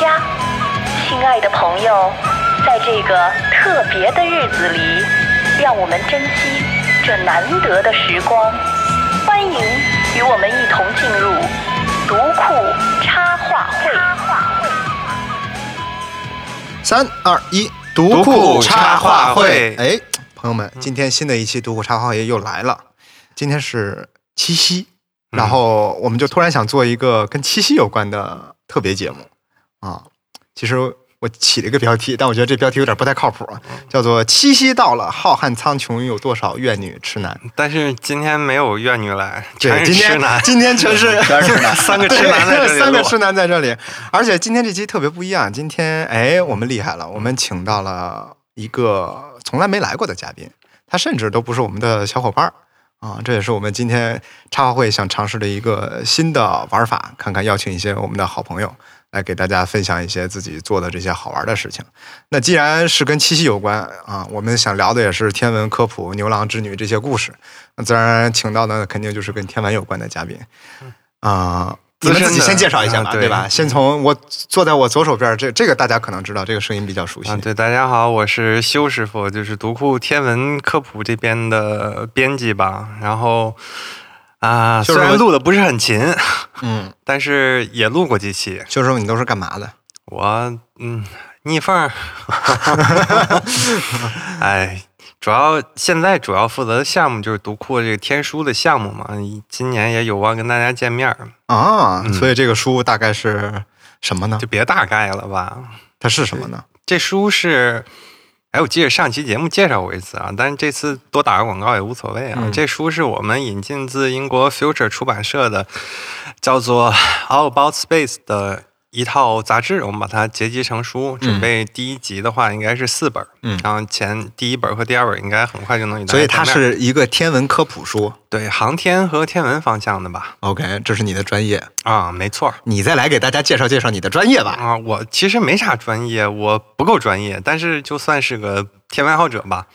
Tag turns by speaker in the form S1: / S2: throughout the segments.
S1: 家。亲爱的朋友，在这个特别的日子里，让我们珍惜这难得的时光。欢迎与我们一同进入读库插画会。
S2: 三二一，
S3: 独
S2: 读
S3: 库插画会
S2: 哎，朋友们，今天新的一期读库插画会又来了。今天是七夕，
S3: 嗯
S2: 然后我们就突然想做一个跟七夕有关的特别节目啊。其实我起了一个标题，但我觉得这标题有点不太靠谱，啊，
S3: 嗯
S2: 叫做“七夕到了，浩瀚苍穹有多少怨女痴男
S3: 但是今天没有怨女来”。，
S2: 对，
S3: 全
S2: 今
S3: 是
S2: 天，
S3: 痴男
S2: 今天 全是
S4: 全是男
S3: 三个
S2: 对，
S3: 痴男在这 里
S2: 三个
S3: 录
S2: 痴男在这里，而且今天这期特别不一样。今天哎，我们厉害了，我们请到了一个从来没来过的嘉宾，他甚至都不是我们的小伙伴儿啊。这也是我们今天插画会想尝试的一个新的玩法，看看邀请一些我们的好朋友来给大家分享一些自己做的这些好玩的事情。那既然是跟七夕有关啊，我们想聊的也是天文科普、牛郎织女这些故事，那自然而然请到的肯定就是跟天文有关的嘉宾。啊、你们
S3: 资深
S2: 自己
S3: 的
S2: 先介绍一下吧，
S3: 啊对
S2: 对吧？先从我坐在我左手边儿，这这个大家可能知道，这个声音比较熟悉。
S3: 啊，对，大家好，我是修师傅，就是读库天文科普这边的编辑吧。然后啊，
S2: 修师傅
S3: 虽然录的不是很勤，
S2: 嗯，
S3: 但是也录过几期。
S2: 修师傅，你都是干嘛的？
S3: 我嗯，逆缝儿， 哎，主要现在主要负责的项目就是读库这个天书的项目嘛，今年也有望跟大家见面儿，
S2: 啊，
S3: 嗯
S2: 所以这个书大概是什么呢？
S3: 就别大概了吧。
S2: 它是什么呢？
S3: 这书是，哎，我记得上期节目介绍过一次啊，但是这次多打个广告也无所谓啊。
S2: 嗯
S3: 这书是我们引进自英国 Future 出版社的，叫做《All About Space》的一套杂志，我们把它结集成书，准备第一集的话应该是四本儿，
S2: 嗯
S3: 然后前第一本儿和第二本儿应该很快就能与大家
S2: 所以它
S3: 见面
S2: 是一个天文科普书。
S3: 对航天和天文方向的吧？
S2: OK，这是你的专业，
S3: 啊，没错儿。
S2: 你再来给大家介绍介绍你的专业吧。
S3: 啊，我其实没啥专业，我不够专业，但是就算是个天文爱好者吧。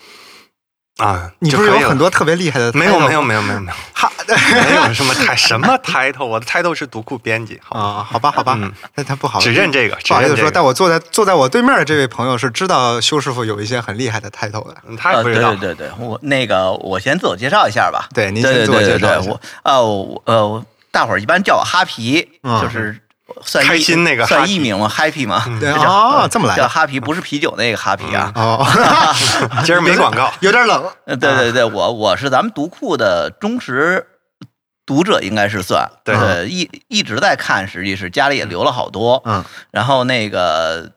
S3: 啊，
S2: 你
S3: 就
S2: 不是
S3: 可以
S2: 有
S3: 了
S2: 很多特别厉害的？
S3: 没有没有没有没有没有
S2: 哈
S3: 没有什么 title 什么 title，我的 title 是读库编辑，好吧
S2: 啊，好吧好吧
S3: 嗯，
S2: 那他不好，
S3: 只认这个
S2: 不好意思
S3: 只认这
S2: 说，
S3: 个
S2: 但我坐在坐在我对面的这位朋友是知道修师傅有一些很厉害的 title 的。
S3: 嗯他也不知道
S4: 呃。对对对对，我那个我先自我介绍一下吧。
S2: 对您
S4: 对
S2: 先
S4: 对
S2: 自我
S4: 对
S2: 介
S4: 对
S2: 绍
S4: 对
S2: 一下
S4: 我啊我呃我大伙儿一般叫我哈皮，
S2: 嗯
S4: 就是算
S3: 开
S4: 艺
S3: 心那个哈
S4: 算
S3: 皮
S4: 艺名吗？Happy 吗？
S2: 对
S4: 这叫
S2: 哦这么来的
S4: 叫哈皮，不是啤酒那个哈皮啊。
S2: 哦，，
S3: 今儿没广告
S2: 有点冷。
S4: 呃对对
S2: 啊
S4: 对，我我是咱们读库的忠实读者，应该是算
S3: 对
S4: 呃一一直在看，实际是家里也留了好多，
S2: 啊嗯
S4: 然后那个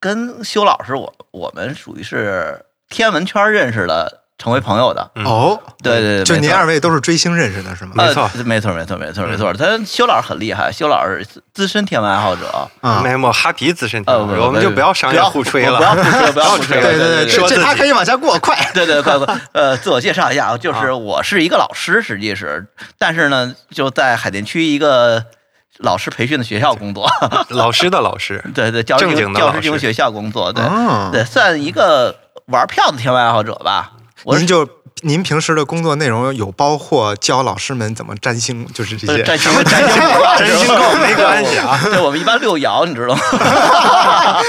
S4: 跟修老师我我们属于是天文圈认识的，成为朋友的。
S3: 嗯
S2: 哦，
S4: 对对对
S2: 就
S4: 没
S2: 您
S4: 错
S2: 二位都是追星认识的是吗？
S3: 没错嗯
S4: 呃，没错，没错，没错，没错。他修老师很厉害，修老师是资深天文爱好者。
S2: 啊，
S3: 呃没有我哈皮资深天
S4: 呃，
S3: 文，嗯我们就不要商业互吹
S4: 不要
S3: 了。
S4: 互吹，不要 互吹
S2: 对
S4: 了，
S2: 对
S4: 对
S2: 对，
S3: 说
S2: 这这
S3: 自
S2: 他
S3: 己
S2: 可以往下过，快。
S4: 对对，快快，呃，自我介绍一下啊，就是我是一个老师，实际是，但是呢，就在海淀区一个老师培训的学校工作，
S3: 老师的老师，
S4: 对对，教师
S3: 正经的
S4: 教
S3: 老
S4: 师
S3: 师
S4: 进入学校工作，对
S2: 哦
S4: 对，算一个玩票的天文爱好者吧。
S3: 嗯
S4: 我
S2: 您
S4: 是
S2: 就您平时的工作内容有包括教老师们怎么占星，就是这
S4: 不是
S2: 些。
S4: 占星 占星够，啊
S3: 占 星够没关系啊。
S4: 对，我们一般六爻，你知道吗？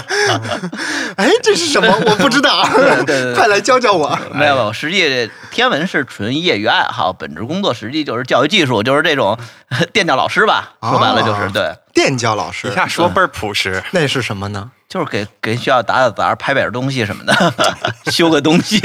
S2: 哎，这是什 么？我不知道。
S4: 对对对
S2: 快来教教我。
S4: 没
S3: 哎
S4: 有，没有，实际天文是纯业余爱好，本职工作实际就是教育技术，就是这种 电教老师吧。说白了
S3: 啊
S4: 就是、
S2: 哦
S4: 对，
S2: 电教老师
S3: 一，下说倍儿朴实，
S2: 那是什么呢？
S4: 就是给给学校打打杂、拍点东西什 么的，修个东西。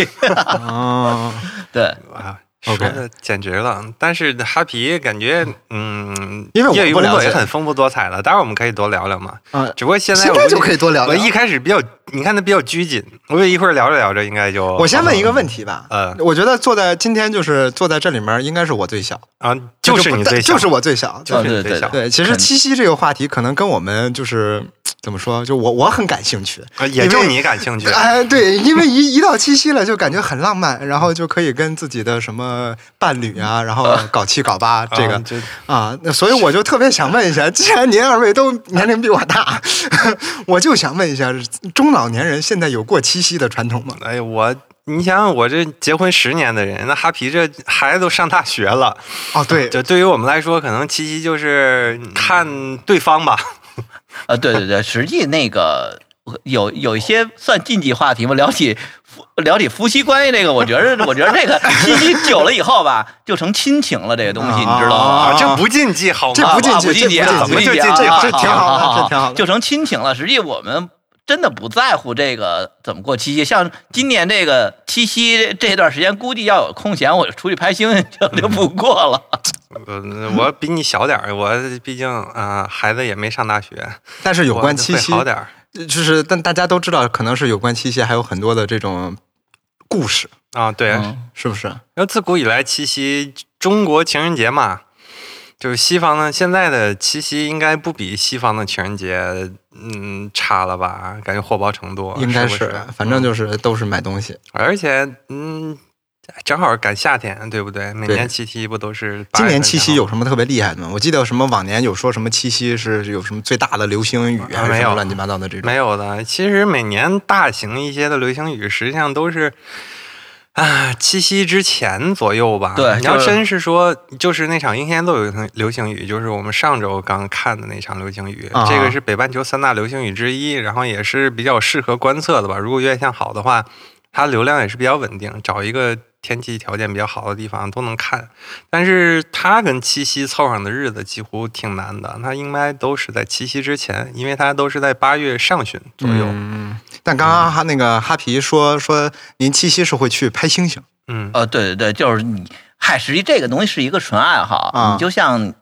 S2: 哦，
S4: 对，
S3: 啊，说
S2: OK
S3: 的简直了。但是哈皮感觉，嗯，
S2: 因为我
S3: 业余
S2: 不
S3: 工
S2: 了
S3: 作也
S2: 解
S3: 很丰富多彩了，待会儿我们可以多聊聊嘛。
S2: 啊，
S3: 只不过现在
S2: 现
S3: 我
S2: 在
S3: 们
S2: 就可以多聊聊
S3: 我一开始比较，你看他比较拘谨，我一会儿聊着聊着应该就
S2: 我先问一个问题吧。
S3: 哦嗯
S2: 我觉得坐在今天就是坐在这里面，应该是我最小，
S3: 啊，就是你最小
S2: 就
S3: 呃
S2: 是我最小，
S3: 就
S4: 啊
S3: 是
S4: 对
S3: 你最
S4: 对
S3: 小，
S2: 对，其实
S4: 肯
S2: 七夕这个话题可能跟我们就是怎么说，就我我很感兴趣，
S3: 啊
S2: 因
S3: 也
S2: 为
S3: 就你感兴趣。
S2: 哎，对，因为一一到七夕了，就感觉很浪漫，然后就可以跟自己的什么伴侣啊，然后搞七搞八这
S3: 啊
S2: 个
S3: 就
S2: 啊，那所以我就特别想问一下，既然您二位都年龄比我大， 我就想问一下，中老年人现在有过七夕的传统吗？
S3: 哎，我你想想，我这结婚十年的人，那哈皮这孩子都上大学了，
S2: 哦，对，
S3: 就对于我们来说，可能七夕就是看对方吧，
S4: 呃，对对对，实际那个有有一些算禁忌话题嘛，聊起夫聊起夫妻关系这个，我觉着我觉得这个 信息久了以后吧，就成亲情了，这个东西你知道吗？
S3: 啊，
S2: 啊
S3: 这不禁忌好
S2: 这
S3: 吗？
S2: 不禁
S4: 啊
S2: 忌
S4: 不禁忌，
S2: 这
S4: 啊
S2: 不禁
S4: 禁
S2: 忌
S4: 啊
S2: 这
S4: 啊
S2: 这挺好的这挺好的
S4: 就成亲情了。实际我们真的不在乎这个怎么过七夕，像今年这个七夕这段时间，估计要有空闲，我就出去拍星 星就就不过了。
S3: 呃我比你小点儿，我毕竟啊、呃孩子也没上大学，
S2: 但是有
S3: 我
S2: 关
S3: 会
S2: 七夕，
S3: 好点儿
S2: 就是但大家都知道，可能是有关七夕还有很多的这种故事，
S3: 啊。对，因
S4: 嗯
S2: 是不是？
S3: 为自古以来七夕，中国情人节嘛，就是西方呢，现在的七夕应该不比西方的情人节嗯差了吧？感觉火爆程度
S2: 应该
S3: 是不是，
S2: 反正
S3: 嗯
S2: 就是都是买东西。
S3: 而且嗯，正好赶夏天，对不对？每
S2: 对
S3: 年七夕不都是八
S2: 今
S3: 月份
S2: 年
S3: 才
S2: 七夕
S3: 好
S2: 有什么特别厉害的吗？我记得什么往年有说什么七夕是有什么最大的流星雨
S3: 啊
S2: 还是
S3: 没
S2: 什么
S3: 有
S2: 乱七八糟的这种
S3: 没有的，其实每年大型一些的流行语，实际上都是啊七夕之前左右吧。
S4: 对
S3: 你要
S4: 就是
S3: 真是说，就是那场英仙奏有一流行语，就是我们上周刚看的那场流行语，
S2: 啊
S3: 这个是北半球三大流行语之一，然后也是比较适合观测的吧。如果月相好的话，它流量也是比较稳定，找一个天气条件比较好的地方都能看。但是它跟七夕凑上的日子几乎挺难的，它应该都是在七夕之前，因为它都是在八月上旬左右。
S2: 嗯，但刚刚哈那个哈皮说说您七夕是会去拍星星，
S3: 嗯，
S4: 呃，对对对，就是你，嗨，实际这个东西是一个纯爱好，
S2: 啊
S4: 你就像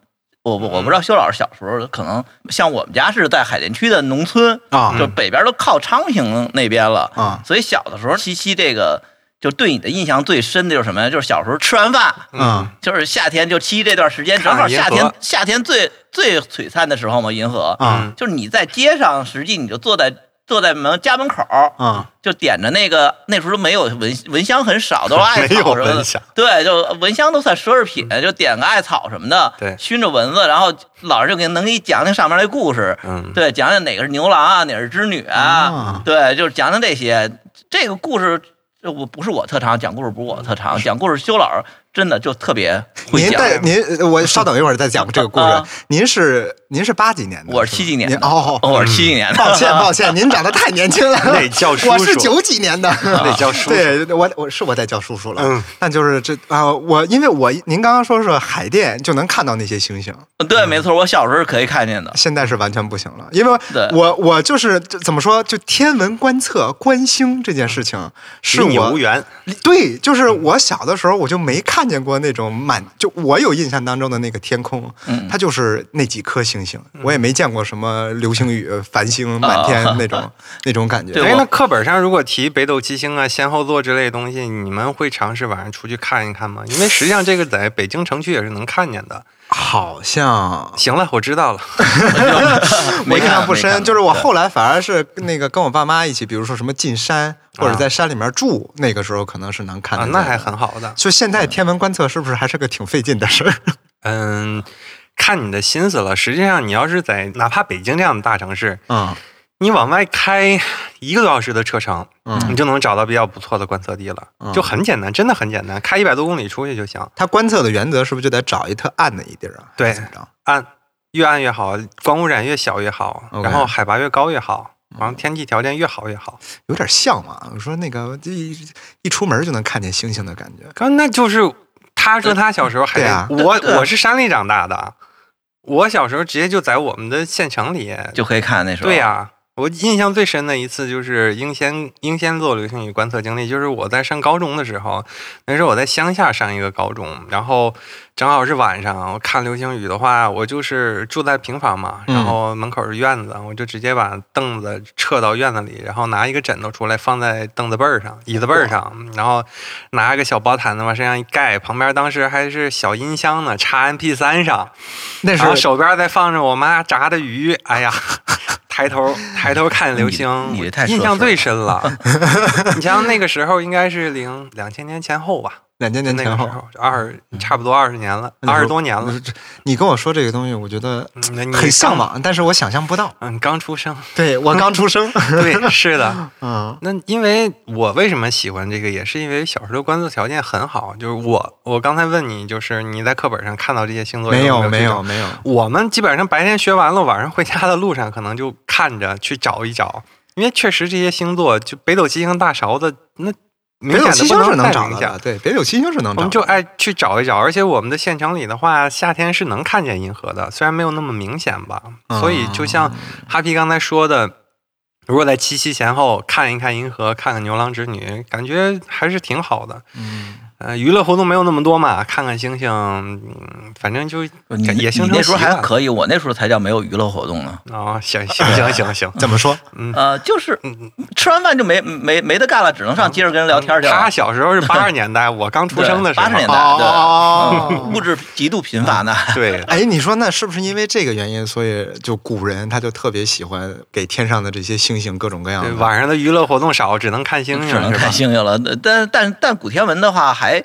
S4: 我我我不知道修老师小时候可能像我们家是在海淀区的农村
S2: 啊
S4: 就北边都靠昌平那边了
S2: 啊
S4: 所以小的时候七夕这个就对你的印象最深的就是什么呀？就是小时候吃完饭。
S2: 嗯
S4: 就是夏天，就七夕这段时间，
S3: 看
S4: 正好夏
S3: 银
S4: 天
S3: 河
S4: 夏天最最璀璨的时候嘛，银河。
S2: 啊
S4: 就是你在街上，实际你就坐在坐在门家门口，
S2: 啊
S4: 就点着那个，那时候没有蚊蚊香很少，都是艾
S3: 没有
S4: 草什么
S3: 蚊
S4: 的
S3: 香。
S4: 对，就蚊香都算奢侈品，
S2: 嗯
S4: 就点个艾草什么的，
S3: 对
S4: 熏着蚊子，然后老师就给能给你讲讲上面的故事，
S3: 嗯
S4: 对，讲讲哪个是牛郎啊，哪是织女啊
S2: 啊，
S4: 对，就是讲讲这些。这个故事这我不是我特长，讲故事不是我特长，讲故事修老师真的就特别会
S2: 您
S4: 讲。
S2: 带您，呃我稍等一会儿再讲这个故事
S4: 啊。
S2: 您是您是八几年的？
S4: 我是七几年的
S2: 您哦，
S4: 我是七几年的，
S2: 抱歉抱歉，您长得太年轻了，
S3: 那叫哦叔 叔
S2: 我是九几年的，
S3: 那叫叔叔
S2: 对，我我是我在叫叔叔了，
S3: 嗯
S2: 但就是这啊，我因为我您刚刚说是海淀就能看到那些星星，
S4: 对，没错，我小时候是可以看见的。
S2: 现在是完全不行了，因为
S4: 对
S2: 我我就是这怎么说，就天文观测观星这件事情是
S3: 与你嗯
S2: 我
S3: 无缘。
S2: 对，就是我小的时候我就没看见过那种满，就我有印象当中的那个天空，
S4: 嗯
S2: 它就是那几颗星星，
S3: 嗯
S2: 我也没见过什么流星雨、繁
S3: 啊
S2: 星满天那 种、那种感觉。
S4: 对
S3: 哎，
S4: 我
S3: 那课本上如果提北斗七星啊、先后座之类的东西，你们会尝试晚上出去看一看吗？因为实际上这个在北京城区也是能看见的。
S2: 好像
S3: 行了，我知道了。
S2: 我
S4: 没
S2: 印
S4: 看
S2: 象不
S4: 没看
S2: 深，就是我后来反而是那个跟我爸妈一起，比如说什么进山或者在山里面住，那个时候可能是能看
S3: 啊
S2: 得，见的、
S3: 那还很好的。
S2: 就现在天文观测是不是还是个挺费劲的 事儿？
S3: 嗯，看你的心思了。实际上，你要是在哪怕北京这样的大城市，
S2: 嗯
S3: 你往外开一个多小时的车程，
S2: 嗯，
S3: 你就能找到比较不错的观测地了，就很简单，真的很简单，开一百多公里出去就行。
S2: 它观测的原则是不是就得找一特暗的一地儿啊？
S3: 对
S2: 还是怎么着？
S3: 暗越暗越好，光污染越小越好，
S2: OK 嗯
S3: 然后海拔越高越好，然后天气条件越好越好。
S2: 有点像嘛。我说那个这一一出门就能看见星星的感觉。
S3: 刚那就是他说他小时候还
S2: 对啊
S3: 我
S4: 对
S3: 我是山里长大的，我小时候直接就在我们的县城里
S4: 就可以看那时候。
S3: 对呀、我印象最深的一次就是英仙英仙座流星雨观测经历，就是我在上高中的时候，那时候我在乡下上一个高中，然后正好是晚上，我看流星雨的话，我就是住在平房嘛，
S2: 嗯
S3: 然后门口是院子，我就直接把凳子撤到院子里，然后拿一个枕头出来放在凳子背儿上、椅子背儿上，然后拿一个小薄毯子往身上一盖，旁边当时还是小音箱呢，插 MP 三上，
S2: 那时
S3: 然
S2: 候
S3: 后啊手边再放着我妈炸的鱼， 哎呀，抬头抬头看流星，
S4: 你
S3: 我
S4: 这太
S3: 印
S4: 奢侈
S3: 象
S4: 了
S3: 最深了。你想想那个时候应该是零两千年前后吧，
S2: 两千年
S3: 那个
S2: 前
S3: 时
S2: 后，嗯
S3: 候二差不多二十年了，二十多年了
S2: 不。是这你跟我说这个东西，我觉得
S3: 嗯那你
S2: 很向
S3: 刚，
S2: 往，但是我想象不到。
S3: 嗯，刚出生，
S2: 对我刚出生，
S3: 对，是的。
S2: 嗯
S3: 那因为我为什么喜欢这个，也是因为小时候观测条件很好。就是我，我刚才问你，就是你在课本上看到这些星座
S2: 没有
S3: 有
S2: 没
S3: 这
S2: 有
S3: 种
S2: 没有，
S3: 我们基本上白天学完了，晚上回家的路上可能就看着去找一找，因为确实这些星座，就北斗七星、大勺子，那明
S2: 北斗
S3: 显的
S2: 七
S3: 不
S2: 星是能
S3: 太
S2: 找
S3: 明
S2: 到
S3: 显
S2: 的，。对，北斗七星是能
S3: 我
S2: 找
S3: 们就
S2: 到的。
S3: 爱去找一找，而且我们的县城里的话，夏天是能看见银河的，虽然没有那么明显吧。
S2: 嗯
S3: 所以就像哈皮刚才说的，如果在七夕前后看一看银河，看看牛郎织女，感觉还是挺好的。
S2: 嗯，
S3: 呃，娱乐活动没有那么多嘛，看看星星，嗯反正就
S4: 你
S3: 也
S4: 你
S3: 形成
S4: 那时候
S3: 习惯
S4: 还可以，我那时候才叫没有娱乐活动呢。
S3: 哦，行行行行行，
S2: 怎么说？
S4: 呃，就是
S3: 嗯
S4: 吃完饭就没没没得干了，只能上街上跟 人聊天去
S3: 他
S4: 了。
S3: 小时候是八十年代，我刚出生的时候，哦
S4: 对80年代
S2: 哦，
S4: 物质极度贫乏呢，
S3: 啊对，
S2: 哎，你说那是不是因为这个原因，所以就古人他就特别喜欢给天上的这些星星各种各样
S3: 对，
S2: 的？
S3: 晚上的娱乐活动少，只能看星星，
S4: 只能
S3: 是
S4: 看
S3: 吧？
S4: 星星了。但但但古天文的话还，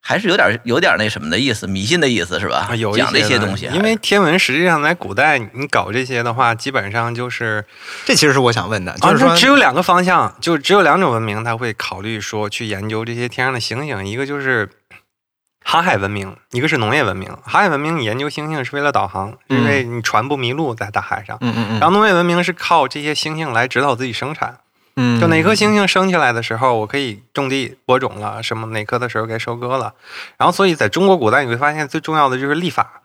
S4: 还是有点有点那什么的意思，迷信的意思是吧？
S3: 啊有一
S4: 讲这些
S3: 呢
S4: 东西还是，
S3: 因为天文实际上在古代，你搞这些的话，基本上就是
S2: 这其实是我想问的，
S3: 啊，
S2: 就是说
S3: 那只有两个方向，就只有两种文明，他会考虑说去研究这些天上的星星，一个就是。航海文明，一个是农业文明。航海文明，你研究星星是为了导航，
S2: 嗯
S3: 因为你船不迷路在大海上。
S2: 嗯嗯
S3: 然后农业文明是靠这些星星来指导自己生产。
S2: 嗯，
S3: 就哪颗
S2: 个
S3: 星星升起来的时候，我可以种地播种了，什么哪颗的时候该收割了。然后，所以在中国古代，你会发现最重要的就是历法，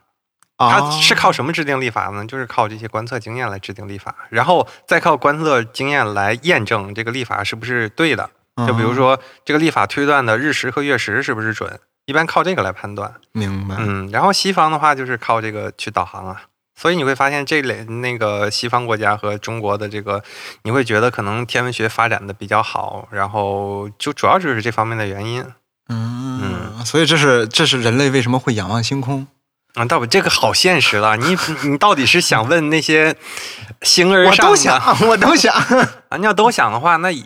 S2: 哦嗯
S3: 它是靠什么制定历法呢？就是靠这些观测经验来制定历法，然后再靠观测经验来验证这个历法是不是对的。
S2: 哦
S3: 就
S2: 嗯
S3: 比如说这个历法推断的日食和月食是不是准，一般靠这个来判断。
S2: 明白，
S3: 嗯，然后西方的话就是靠这个去导航啊，所以你会发现这类那个西方国家和中国的这个，你会觉得可能天文学发展的比较好，然后就主要就是这方面的原因
S2: 嗯，所以这是这是人类为什么会仰望星空？
S3: 啊。倒不，这个好现实了，你 你到底是想问那些形而
S2: 我
S3: 上
S2: 都
S3: 的
S2: 想，我都想。
S3: 啊？你要都想的话，那以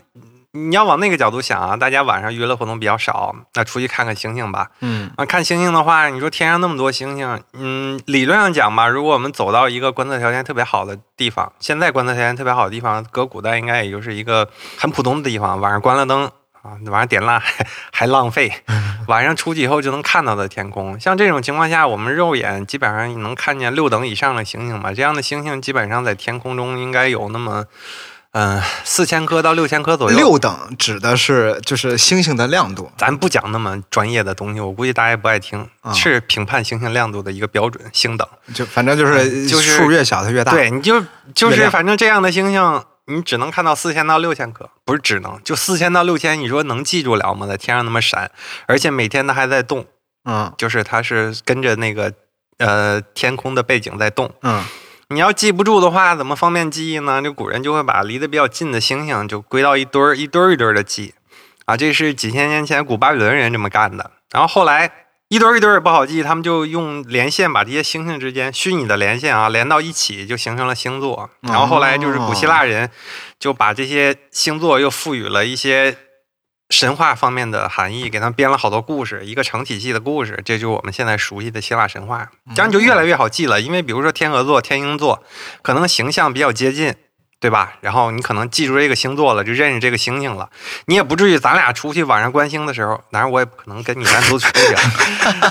S3: 你要往那个角度想啊，大家晚上娱乐活动比较少，那出去看看星星吧。
S2: 嗯
S3: 啊，看星星的话，你说天上那么多星星，嗯，理论上讲吧，如果我们走到一个观测条件特别好的地方，现在观测条件特别好的地方，搁古代应该也就是一个很普通的地方，晚上关了灯啊，晚上点蜡 还还浪费，晚上出去以后就能看到的天空，像这种情况下，我们肉眼基本上能看见六等以上的星星吧，这样的星星基本上在天空中应该有那么，嗯、四千颗到六千颗左右。
S2: 六等指的是就是星星的亮度。
S3: 咱不讲那么专业的东西，我估计大家也不爱听，
S2: 啊
S3: 是评判星星亮度的一个标准，星等。
S2: 就反正就是
S3: 嗯就是
S2: 数越小它越大。
S3: 对，你就就
S2: 月
S3: 是
S2: 亮
S3: 反正这样的星星，你只能看到四千到六千颗，不是只能就四千到六千，你说能记住了吗？在天上那么闪，而且每天它还在动，
S2: 嗯
S3: 就是它是跟着那个呃天空的背景在动。
S2: 嗯
S3: 你要记不住的话，怎么方便记忆呢？这古人就会把离得比较近的星星就归到一堆儿一堆儿一堆儿的记，啊，这是几千年前古巴比伦人这么干的。然后后来一堆儿一堆儿也不好记，他们就用连线把这些星星之间虚拟的连线啊连到一起，就形成了星座。然后后来就是古希腊人就把这些星座又赋予了一些。神话方面的含义，给他们编了好多故事，一个成体系的故事，这就是我们现在熟悉的希腊神话。这样就越来越好记了，因为比如说天鹅座、天鹰座，可能形象比较接近，对吧？然后你可能记住这个星座了，就认识这个星星了。你也不至于咱俩出去晚上观星的时候，当然我也不可能跟你单独出去啊。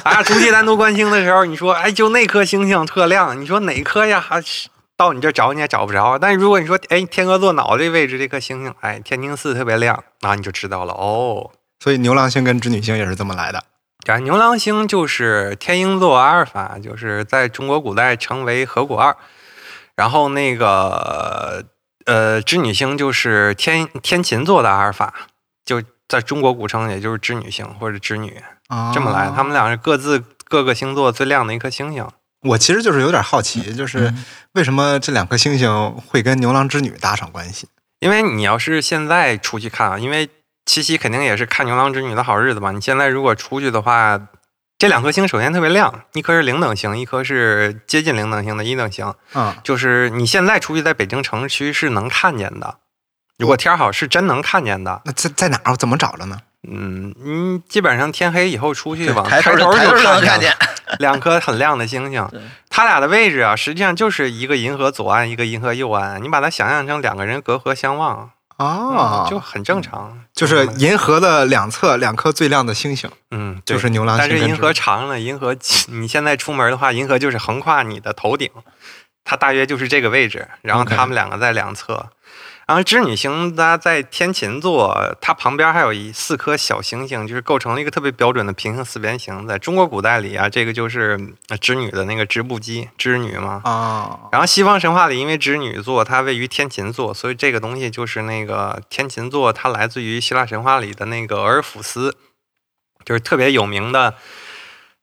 S3: 咱俩出去单独观星的时候，你说哎，就那颗星星特亮，你说哪颗呀？还是到你这找你也找不着。但是如果你说哎，天鹅座脑袋位置这颗星星，哎，天津四特别亮，那你就知道了哦。
S2: 所以牛郎星跟织女星也是这么来的。
S3: 啊，牛郎星就是天鹰座阿尔法，就是在中国古代称为合谷二。然后那个呃，织女星就是天天琴座的阿尔法，就在中国古称也就是织女星或者织女
S2: 哦
S3: 这么来。他们俩是各自各个星座最亮的一颗星星。
S2: 我其实就是有点好奇，就是为什么这两颗星星会跟牛郎织女搭上关系？
S3: 因为你要是现在出去看啊，因为七夕肯定也是看牛郎织女的好日子嘛。你现在如果出去的话，这两颗星首先特别亮，一颗是零等星，一颗是接近零等星的一等星。
S2: 嗯，
S3: 就是你现在出去在北京城区是能看见的，如果天儿好是真能看见的。
S2: 那在在哪儿？我怎么找着呢？
S3: 嗯嗯，基本上天黑以后出去往
S4: 抬头
S3: 头
S4: 就抬头就
S3: 看
S4: 能看见，
S3: 两颗很亮的星星
S4: 对。
S3: 它俩的位置啊，实际上就是一个银河左岸，一个银河右岸。你把它想象成两个人隔河相望
S2: 啊，
S3: 就很正常。
S2: 就是银河的两侧两颗最亮的星星，
S3: 嗯，对
S2: 就是牛郎
S3: 但
S2: 星
S3: 是
S2: 跟
S3: 银河
S2: 织
S3: 长了，银河你现在出门的话，银河就是横跨你的头顶，它大约就是这个位置。然后
S2: OK
S3: 它们两个在两侧。然后织女星它在天琴座，它旁边还有一四颗小星星，就是构成了一个特别标准的平行四边形。在中国古代里啊，这个就是呃织女的那个织布机，织女嘛。
S2: 啊，
S3: 然后西方神话里，因为织女座它位于天琴座，所以这个东西就是那个天琴座，它来自于希腊神话里的那个俄尔甫斯，就是特别有名的，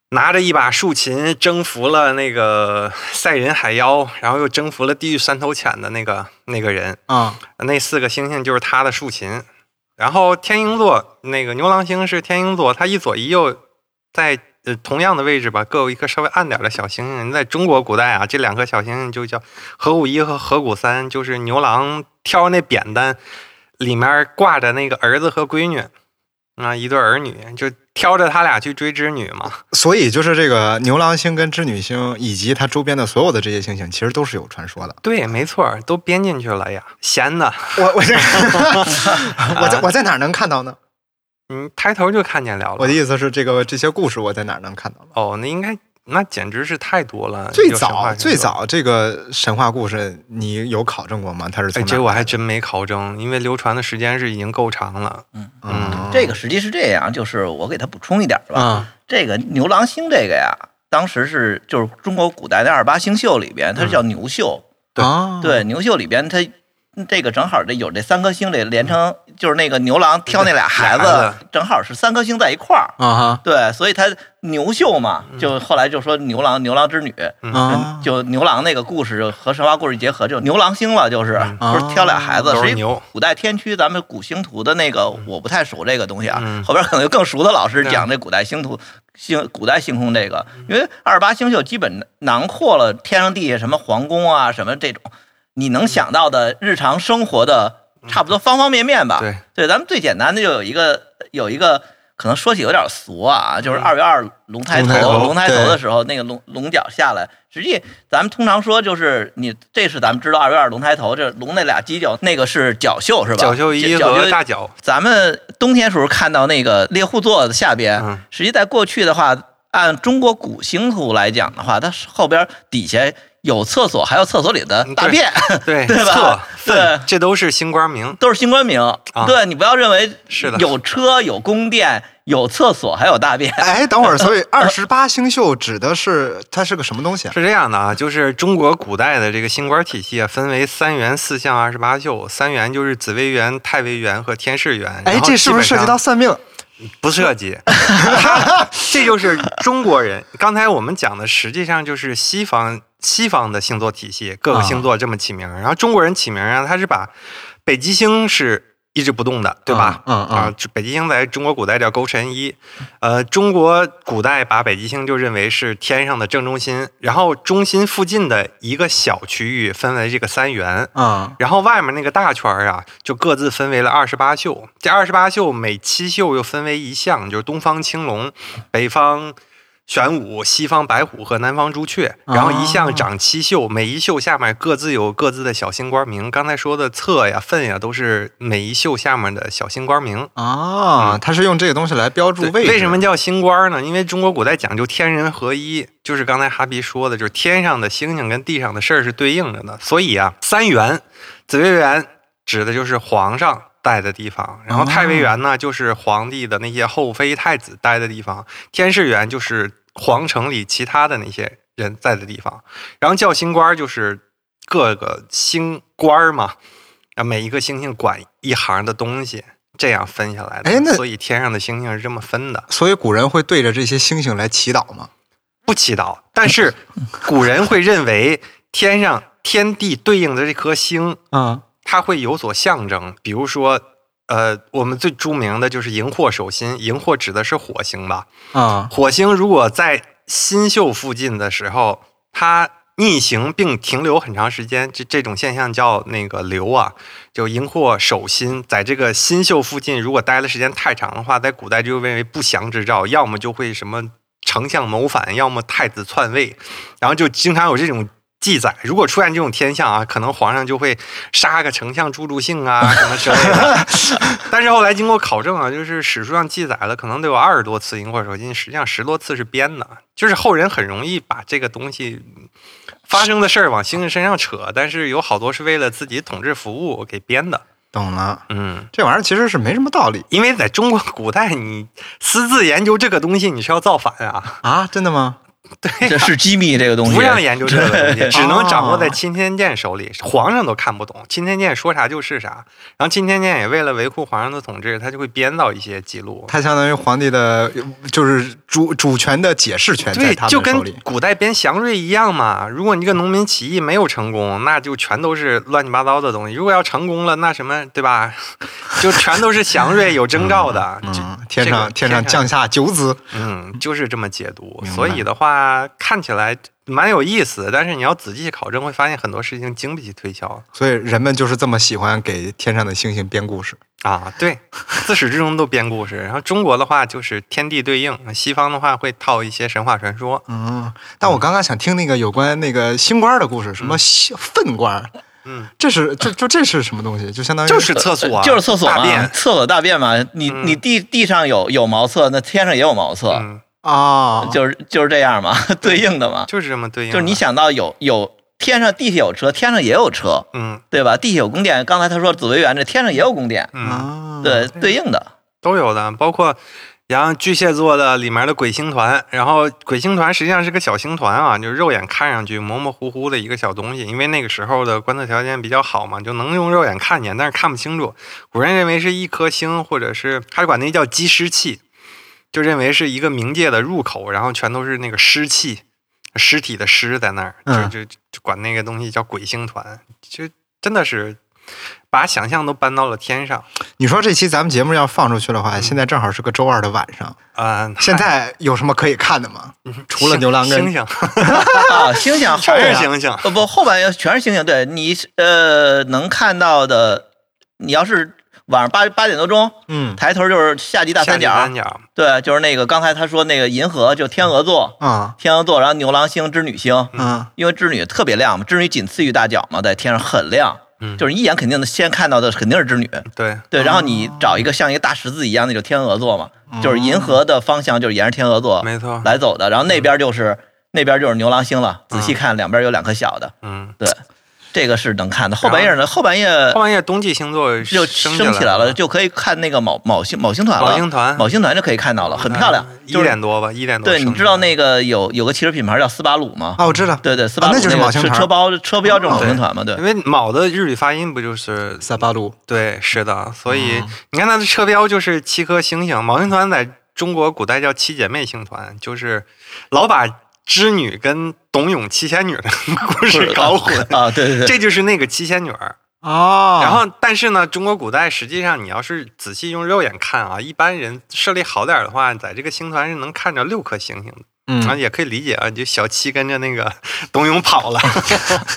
S3: 拿着一把竖琴征服了那个赛人海妖，然后又征服了地狱三头犬的那个那个人。
S2: 啊
S3: 那四个星星就是他的竖琴。然后天鹰座那个牛郎星是天鹰座，它一左一右在呃同样的位置吧，各有一颗稍微暗点的小星星。在中国古代啊，这两颗小星星就叫合谷一和合谷三，就是牛郎挑那扁担，里面挂着那个儿子和闺女，啊，一对儿女就挑着他俩去追织女嘛。
S2: 所以就是这个牛郎星跟织女星以及它周边的所有的这些星星，其实都是有传说的。
S3: 对，没错儿，都编进去了呀，闲的。
S2: 我我这 我在我在哪儿能看到呢？
S3: 嗯，抬头就看见了了。
S2: 我的意思是，这个这些故事我在哪儿能看到呢？
S3: 哦，那应该那简直是太多了。
S2: 最
S3: 有神话
S2: 早
S3: 传
S2: 最
S3: 说，
S2: 早这个神话故事，你有考证过吗？它是
S3: 哎，
S2: 从
S3: 这
S2: 哪
S3: 我
S2: 儿
S3: 还真没考证，因为流传的时间是已经够长了。
S2: 嗯
S4: 这个实际是这样，就是我给他补充一点吧。
S3: 嗯
S2: 啊
S4: 这个牛郎星这个呀，当时是就是中国古代的二八星宿里边，它是叫牛宿。
S3: 对
S2: 啊
S4: 对，牛宿里边它这个正好这有这三颗星，这连成就是那个牛郎挑嗯那俩孩
S3: 俩孩
S4: 子，嗯正好是三颗星在一块儿。
S2: 啊哈
S4: 对，所以它牛宿嘛，就后来就说牛郎牛郎织女，
S2: 啊
S4: 就牛郎那个故事和神话故事结合，就牛郎星嘛，就是不是挑俩孩子，
S3: 嗯都
S4: 实
S3: 是
S4: 际
S3: 牛，
S4: 古代天区，咱们古星图的那个，我不太熟这个东西啊。
S3: 嗯
S4: 后边可能有更熟的老师
S3: 嗯
S4: 讲这古代星图、星古代星空这个，因为二十八星宿基本囊括了天上地下什么皇宫啊，什么这种你能想到的日常生活的差不多方方面面吧。
S3: 嗯对，
S4: 咱们最简单的就有一个有一个。可能说起有点俗啊，就是
S3: 嗯
S4: 二月二龙抬
S2: 龙抬
S4: 头，
S2: 头
S4: 龙抬头
S2: 对
S4: 的时候，那个龙龙角下来，实际咱们通常说就是你，这是咱们知道二月二龙抬头，这龙那俩犄角，那个是角宿是吧？
S3: 角宿一
S4: 角
S3: 和
S4: 宿
S3: 大 角，
S4: 咱们冬天时候看到那个猎户座的下边，
S3: 嗯
S4: 实际在过去的话，按中国古星图来讲的话，它是后边底下有厕所，还有厕所里的大便，
S3: 嗯对，
S4: 对吧
S3: 侧
S4: 对
S3: 粪，这都是星官名。
S4: 都是星官名。对你不要认为
S3: 是的
S4: 有车有宫殿有厕所还有大便，
S2: 哎，等会儿，所以二十八星宿指的是它是个什么东西啊？
S3: 是这样的啊，就是中国古代的这个星官体系啊，分为三元、四象、二十八宿。三元就是紫微垣、太微垣和天士垣。
S2: 哎
S3: 然，后
S2: 这是不是涉
S3: 基本
S2: 及
S3: 上
S2: 到算命？
S3: 不涉 及，这就是中国人。刚才我们讲的实际上就是西方西方的星座体系，各个星座这么起名儿。然后中国人起名儿啊，他是把北极星是一直不动的，对吧？
S2: 嗯嗯嗯
S3: 啊，北极星在中国古代叫勾陈一，呃，中国古代把北极星就认为是天上的正中心，然后中心附近的一个小区域分为这个三元。
S2: 啊
S3: 然后外面那个大圈儿啊，就各自分为了二十八宿。这二十八宿每七宿又分为一项，就是东方青龙、北方玄武、西方白虎和南方朱雀。然后一项长七宿，每一宿下面各自有各自的小星官名。刚才说的侧呀、粪呀，都是每一宿下面的小星官名。
S2: 啊，它是用这个东西来标注
S3: 对
S2: 位置。啊
S3: 为什么叫星官呢？因为中国古代讲究天人合一，就是刚才哈皮说的，就是天上的星星跟地上的事儿是对应着的。所以啊，三元，紫微垣指的就是皇上待的地方，然后太微垣呢，就是皇帝的那些后妃太子待的地方，天士园就是皇城里其他的那些人在的地方，然后叫星官儿就是各个星官儿嘛，啊，每一个星星管一行的东西，这样分下来的。
S2: 哎那
S3: 所以天上的星星是这么分的，
S2: 所以古人会对着这些星星来祈祷吗？
S3: 不祈祷，但是古人会认为天上天地对应的这颗星，
S2: 啊
S3: 它会有所象征，比如说。呃，我们最著名的就是荧惑守心，荧惑指的是火星吧？
S2: 啊
S3: 火星如果在新宿附近的时候，它逆行并停留很长时间，这这种现象叫那个流啊，就荧惑守心，在这个心宿附近，如果待的时间太长的话，在古代就认为不祥之兆，要么就会什么丞相谋反，要么太子篡位，然后就经常有这种。记载，如果出现这种天象啊，可能皇上就会杀个丞相助助兴啊，什么之类的。但是后来经过考证啊，就是史书上记载了，可能得有二十多次荧惑守心，实际上十多次是编的，就是后人很容易把这个东西发生的事儿往星星身上扯，但是有好多是为了自己统治服务给编的。
S2: 懂了，
S3: 嗯，
S2: 这玩意儿其实是没什么道理
S3: 因为在中国古代，你私自研究这个东西，你是要造反 啊，
S2: 啊，真的吗？
S4: 这是机密这个东西，
S3: 哎不让研究这个东西，只能掌握在
S2: 哦
S3: 钦天监手里。皇上都看不懂，钦天监说啥就是啥。然后钦天监也为了维护皇上的统治，他就会编造一些记录。
S2: 它相当于皇帝的，就是主主权的解释权呃在
S3: 对
S2: 他，
S3: 就
S2: 们手
S3: 跟
S2: 里。
S3: 古代编祥瑞一样嘛。如果你这个农民起义没有成功，那就全都是乱七八糟的东西；如果要成功了，那什么对吧？ 就全都是祥瑞有征兆的。就
S2: 嗯，天
S3: 这个
S2: 上、天上降下九子，
S3: 嗯，就是这么解读。
S2: 明白
S3: 所以的话，看起来蛮有意思，但是你要仔细考证，会发现很多事情经不起推敲
S2: 所以人们就是这么喜欢给天上的星星编故事。
S3: 啊。对，自始至终都编故事。然后中国的话就是天地对应，西方的话会套一些神话传说。
S2: 嗯，但我刚刚想听那个有关那个星官的故事，什么星粪官，
S3: 嗯，
S2: 这是这就这是什么东西？就相当于
S3: 就是厕所、啊，
S4: 呃就是厕所
S3: 大
S4: 嘛，
S3: 便。
S4: 厕所大便嘛，你
S3: 嗯
S4: 你地地上有有茅厕，那天上也有茅厕，
S3: 嗯，
S2: 啊，
S4: 就是就是这样嘛， 对应的嘛，
S3: 就是这么对应的。
S4: 就是你想到有有天上地下有车，天上也有车，
S3: 嗯
S4: 对吧？地下有宫殿，刚才他说紫薇园这天上也有宫殿，
S3: 嗯，
S2: 啊，
S4: 对，对 应的，
S3: 都有的，包括然后巨蟹座的里面的鬼星团，然后鬼星团实际上是个小星团啊，就是肉眼看上去模模糊糊的一个小东西，因为那个时候的观测条件比较好嘛，就能用肉眼看见，但是看不清楚。古人认为是一颗星，或者是他管那叫积尸气，就认为是一个冥界的入口，然后全都是那个尸气。尸体的尸在那儿，
S2: 嗯
S3: 就就就管那个东西叫鬼星团，就真的是把想象都搬到了天上。
S2: 你说这期咱们节目要放出去的话，现在正好是个周二的晚上，
S3: 啊、
S2: 现在有什么可以看的吗？除了
S3: 星
S2: 牛郎跟
S3: 星星，
S4: 啊，星星后
S3: 全
S4: 边
S3: 是星星。
S4: 呃不，后半夜全是星星。对你呃能看到的，你要是晚上八八点多钟
S2: 嗯
S4: 抬头就是夏季大三角，
S3: 下三角，
S4: 对，就是那个刚才他说那个银河，就天鹅座，
S2: 啊
S4: 天鹅座，然后牛郎星、织女星，
S2: 嗯
S4: 因为织女特别亮嘛，织女仅次于大脚嘛，在天上很亮，
S3: 嗯
S4: 就是一眼肯定能先看到的肯定是织女。
S3: 对，
S4: 对，然后你
S3: 哦
S4: 找一个像一个大十字一样那种天鹅座嘛，就是银河的方向就是沿着天鹅座
S3: 没错。
S4: 哦来走的，然后那边就是那边就是牛郎星了，仔细看两边有两颗小的。
S3: 嗯，
S4: 对，这个是能看的。后半夜呢，后半夜
S3: 后半夜冬季星座
S4: 就
S3: 升
S4: 升起来了，
S3: 了，
S4: 就可以看那个卯卯星卯星团
S3: 宝
S4: 了
S3: 星。团，
S4: 卯星团就可以看到了，很漂亮。
S3: 嗯一
S4: 就是
S3: 点多吧，一点多升
S4: 对，
S3: 起来了。
S4: 你知道那个有有个汽车品牌叫斯巴鲁吗？
S2: 啊，我知道，
S4: 对对，斯巴鲁
S2: 啊那就是
S4: 个
S2: 卯星团
S4: 车包车标这种
S3: 哦
S4: 卯星团嘛， 对
S3: 因。为卯的日语发音不就是
S2: 萨巴鲁，
S3: 对，是的，所以
S4: 哦
S2: 嗯
S3: 你看它的车标就是七颗星星。卯星团在中国古代叫七姐妹星团，就是老把织女跟董永七仙女的 故事搞混。
S4: 啊，对对对，
S3: 这就是那个七仙女儿，
S2: 哦，
S4: 啊
S3: 然后，但是呢，中国古代实际上，你要是仔细用肉眼看啊，一般人视力好点儿的话，在这个星团是能看着六颗星星的，然后
S2: 嗯，
S3: 也可以理解啊，就小七跟着那个董永跑了，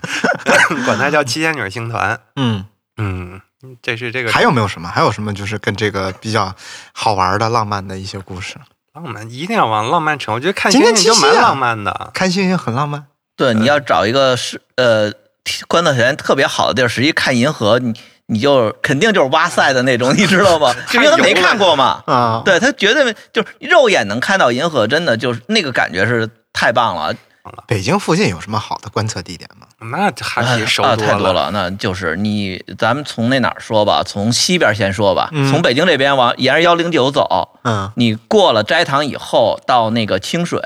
S3: 管它叫七仙女星团。
S2: 嗯，
S3: 嗯，这是这个
S2: 还有没有什么？还有什么就是跟这个比较好玩的、浪漫的一些故事？
S3: 浪漫，一定要往浪漫扯。我觉得看
S2: 今
S3: 星
S2: 天
S3: 星就
S2: 七夕
S3: 蛮
S2: 啊
S3: 浪漫的，
S2: 看星星很浪漫，
S4: 对，你要找一个是呃观测条件特别好的地儿，实际看银河，你你就肯定就是哇塞的那种，你知道 吗？因为他没看过嘛，
S2: 啊，，
S4: 对他绝对就是肉眼能看到银河，真的就是那个感觉是太棒了，
S2: 北京附近有什么好的观测地点吗？
S3: 那还比手
S4: 啊太
S3: 多
S4: 多。了。那就是你，咱们从那哪儿说吧，从西边先说吧，
S2: 嗯
S4: 从北京这边往沿着幺零九走，
S2: 嗯
S4: 你过了斋堂以后，到那个清水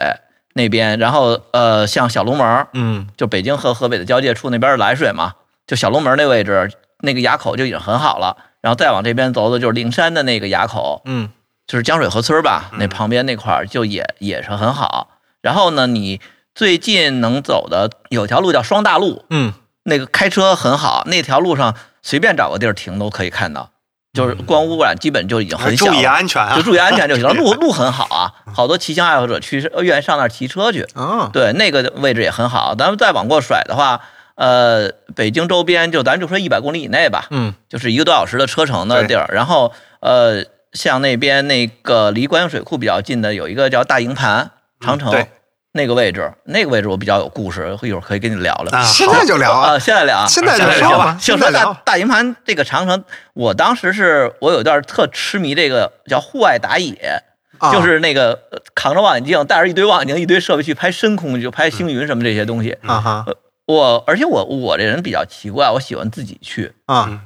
S4: 那边，然后呃，像小龙门，
S2: 嗯
S4: 就北京和河北的交界处那边是涞水嘛，就小龙门那位置，那个垭口就已经很好了。然后再往这边走走，就是灵山的那个垭口，
S2: 嗯
S4: 就是江水河村吧，那
S3: 嗯
S4: 旁边那块儿就也也是很好。然后呢，你最近能走的有条路叫双大路，
S2: 嗯，
S4: 那个开车很好，那条路上随便找个地儿停都可以看到，就是光污染基本就已经很小
S3: 注
S4: 了，
S3: 意安全啊
S4: 就！注意安全就行了。路路很好啊，好多骑行爱好者去呃愿意上那儿骑车去，
S2: 啊，
S4: 对，那个位置也很好。咱们再往过甩的话，呃，北京周边就咱就说一百公里以内吧，
S2: 嗯，
S4: 就是一个多小时的车程的地儿。然后呃，像那边那个离观音水库比较近的有一个叫大营盘，长城、
S3: 嗯对
S4: 那个位置，那个位置我比较有故事，一会儿可以跟你聊聊。
S3: 啊
S2: 现在就聊啊
S4: 啊，，现在聊啊，
S2: 现在
S3: 就
S4: 聊
S3: 聊
S2: 吧
S4: 就
S2: 现在
S4: 说
S2: 聊
S4: 大大营盘这个长城，我当时是我有一段特痴迷这个叫户外打野，
S2: 啊
S4: 就是那个呃扛着望远镜，带着一堆望远镜、一堆设备去拍深空，就拍星云什么这些东西。
S2: 啊哈
S4: 我而且我我这人比较奇怪，我喜欢自己去，
S2: 啊，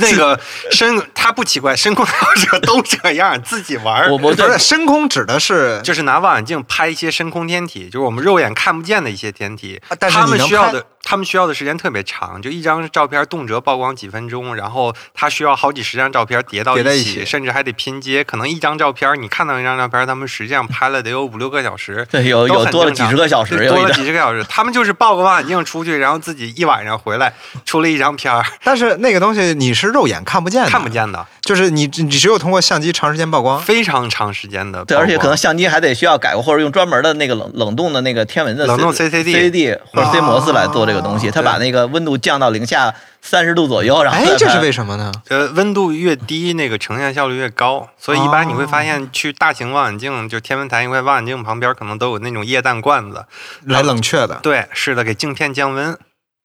S3: 那个深， 他不奇怪，深空老者都这样，自己玩儿
S4: 我我
S2: 不
S4: 对
S2: 是深空指的是
S3: 就是拿望远镜拍一些深空天体，就是我们肉眼看不见的一些天体
S2: 啊。但是
S3: 他
S2: 你
S3: 们
S2: 能
S3: 需要
S2: 拍
S3: 的，他们需要的时间特别长，就一张照片动辄曝光几分钟，然后他需要好几十张照片叠到
S2: 叠在
S3: 一
S2: 一
S3: 起，
S2: 起
S3: 甚至还得拼接。可能一张照片，你看到一张照片，他们实际上拍了得有五六个小时。
S4: 对，有
S3: 都
S4: 有
S3: 很
S4: 多了
S3: 正
S4: 几
S3: 常
S4: 十个小时，
S3: 对
S4: 有
S3: 多
S4: 一
S3: 了
S4: 段
S3: 几十个小时，他们就是抱个望远镜出去，然后自己一晚上回来，出了一张 片儿，
S2: 但是那个东西你是肉眼看不见啊的，
S3: 看不，见的，
S2: 就是你只你只有通过相机长时间曝光，
S3: 非常长时间的曝
S4: 对，
S3: 光。
S4: 而且可
S2: 哦
S4: 能相机还得需要改过，或者用专门的那个冷冷冻的那个天文的
S3: 冷冻 CCD
S4: CCD CCD 或者 C 模式
S2: 啊
S4: 来做这个东西，它
S2: 对
S4: 把那个温度降到零下三十度左右，然后
S2: 哎
S4: 再，
S2: 这是
S4: 拍
S2: 为什么呢？
S3: 呃，温度越低，那个呈现效率越高，所以一般你会发现去大型望远镜，就天文台一块望远镜旁边可能都有那种液氮罐子，
S2: 来冷却的，
S3: 对，是的，给镜片降温，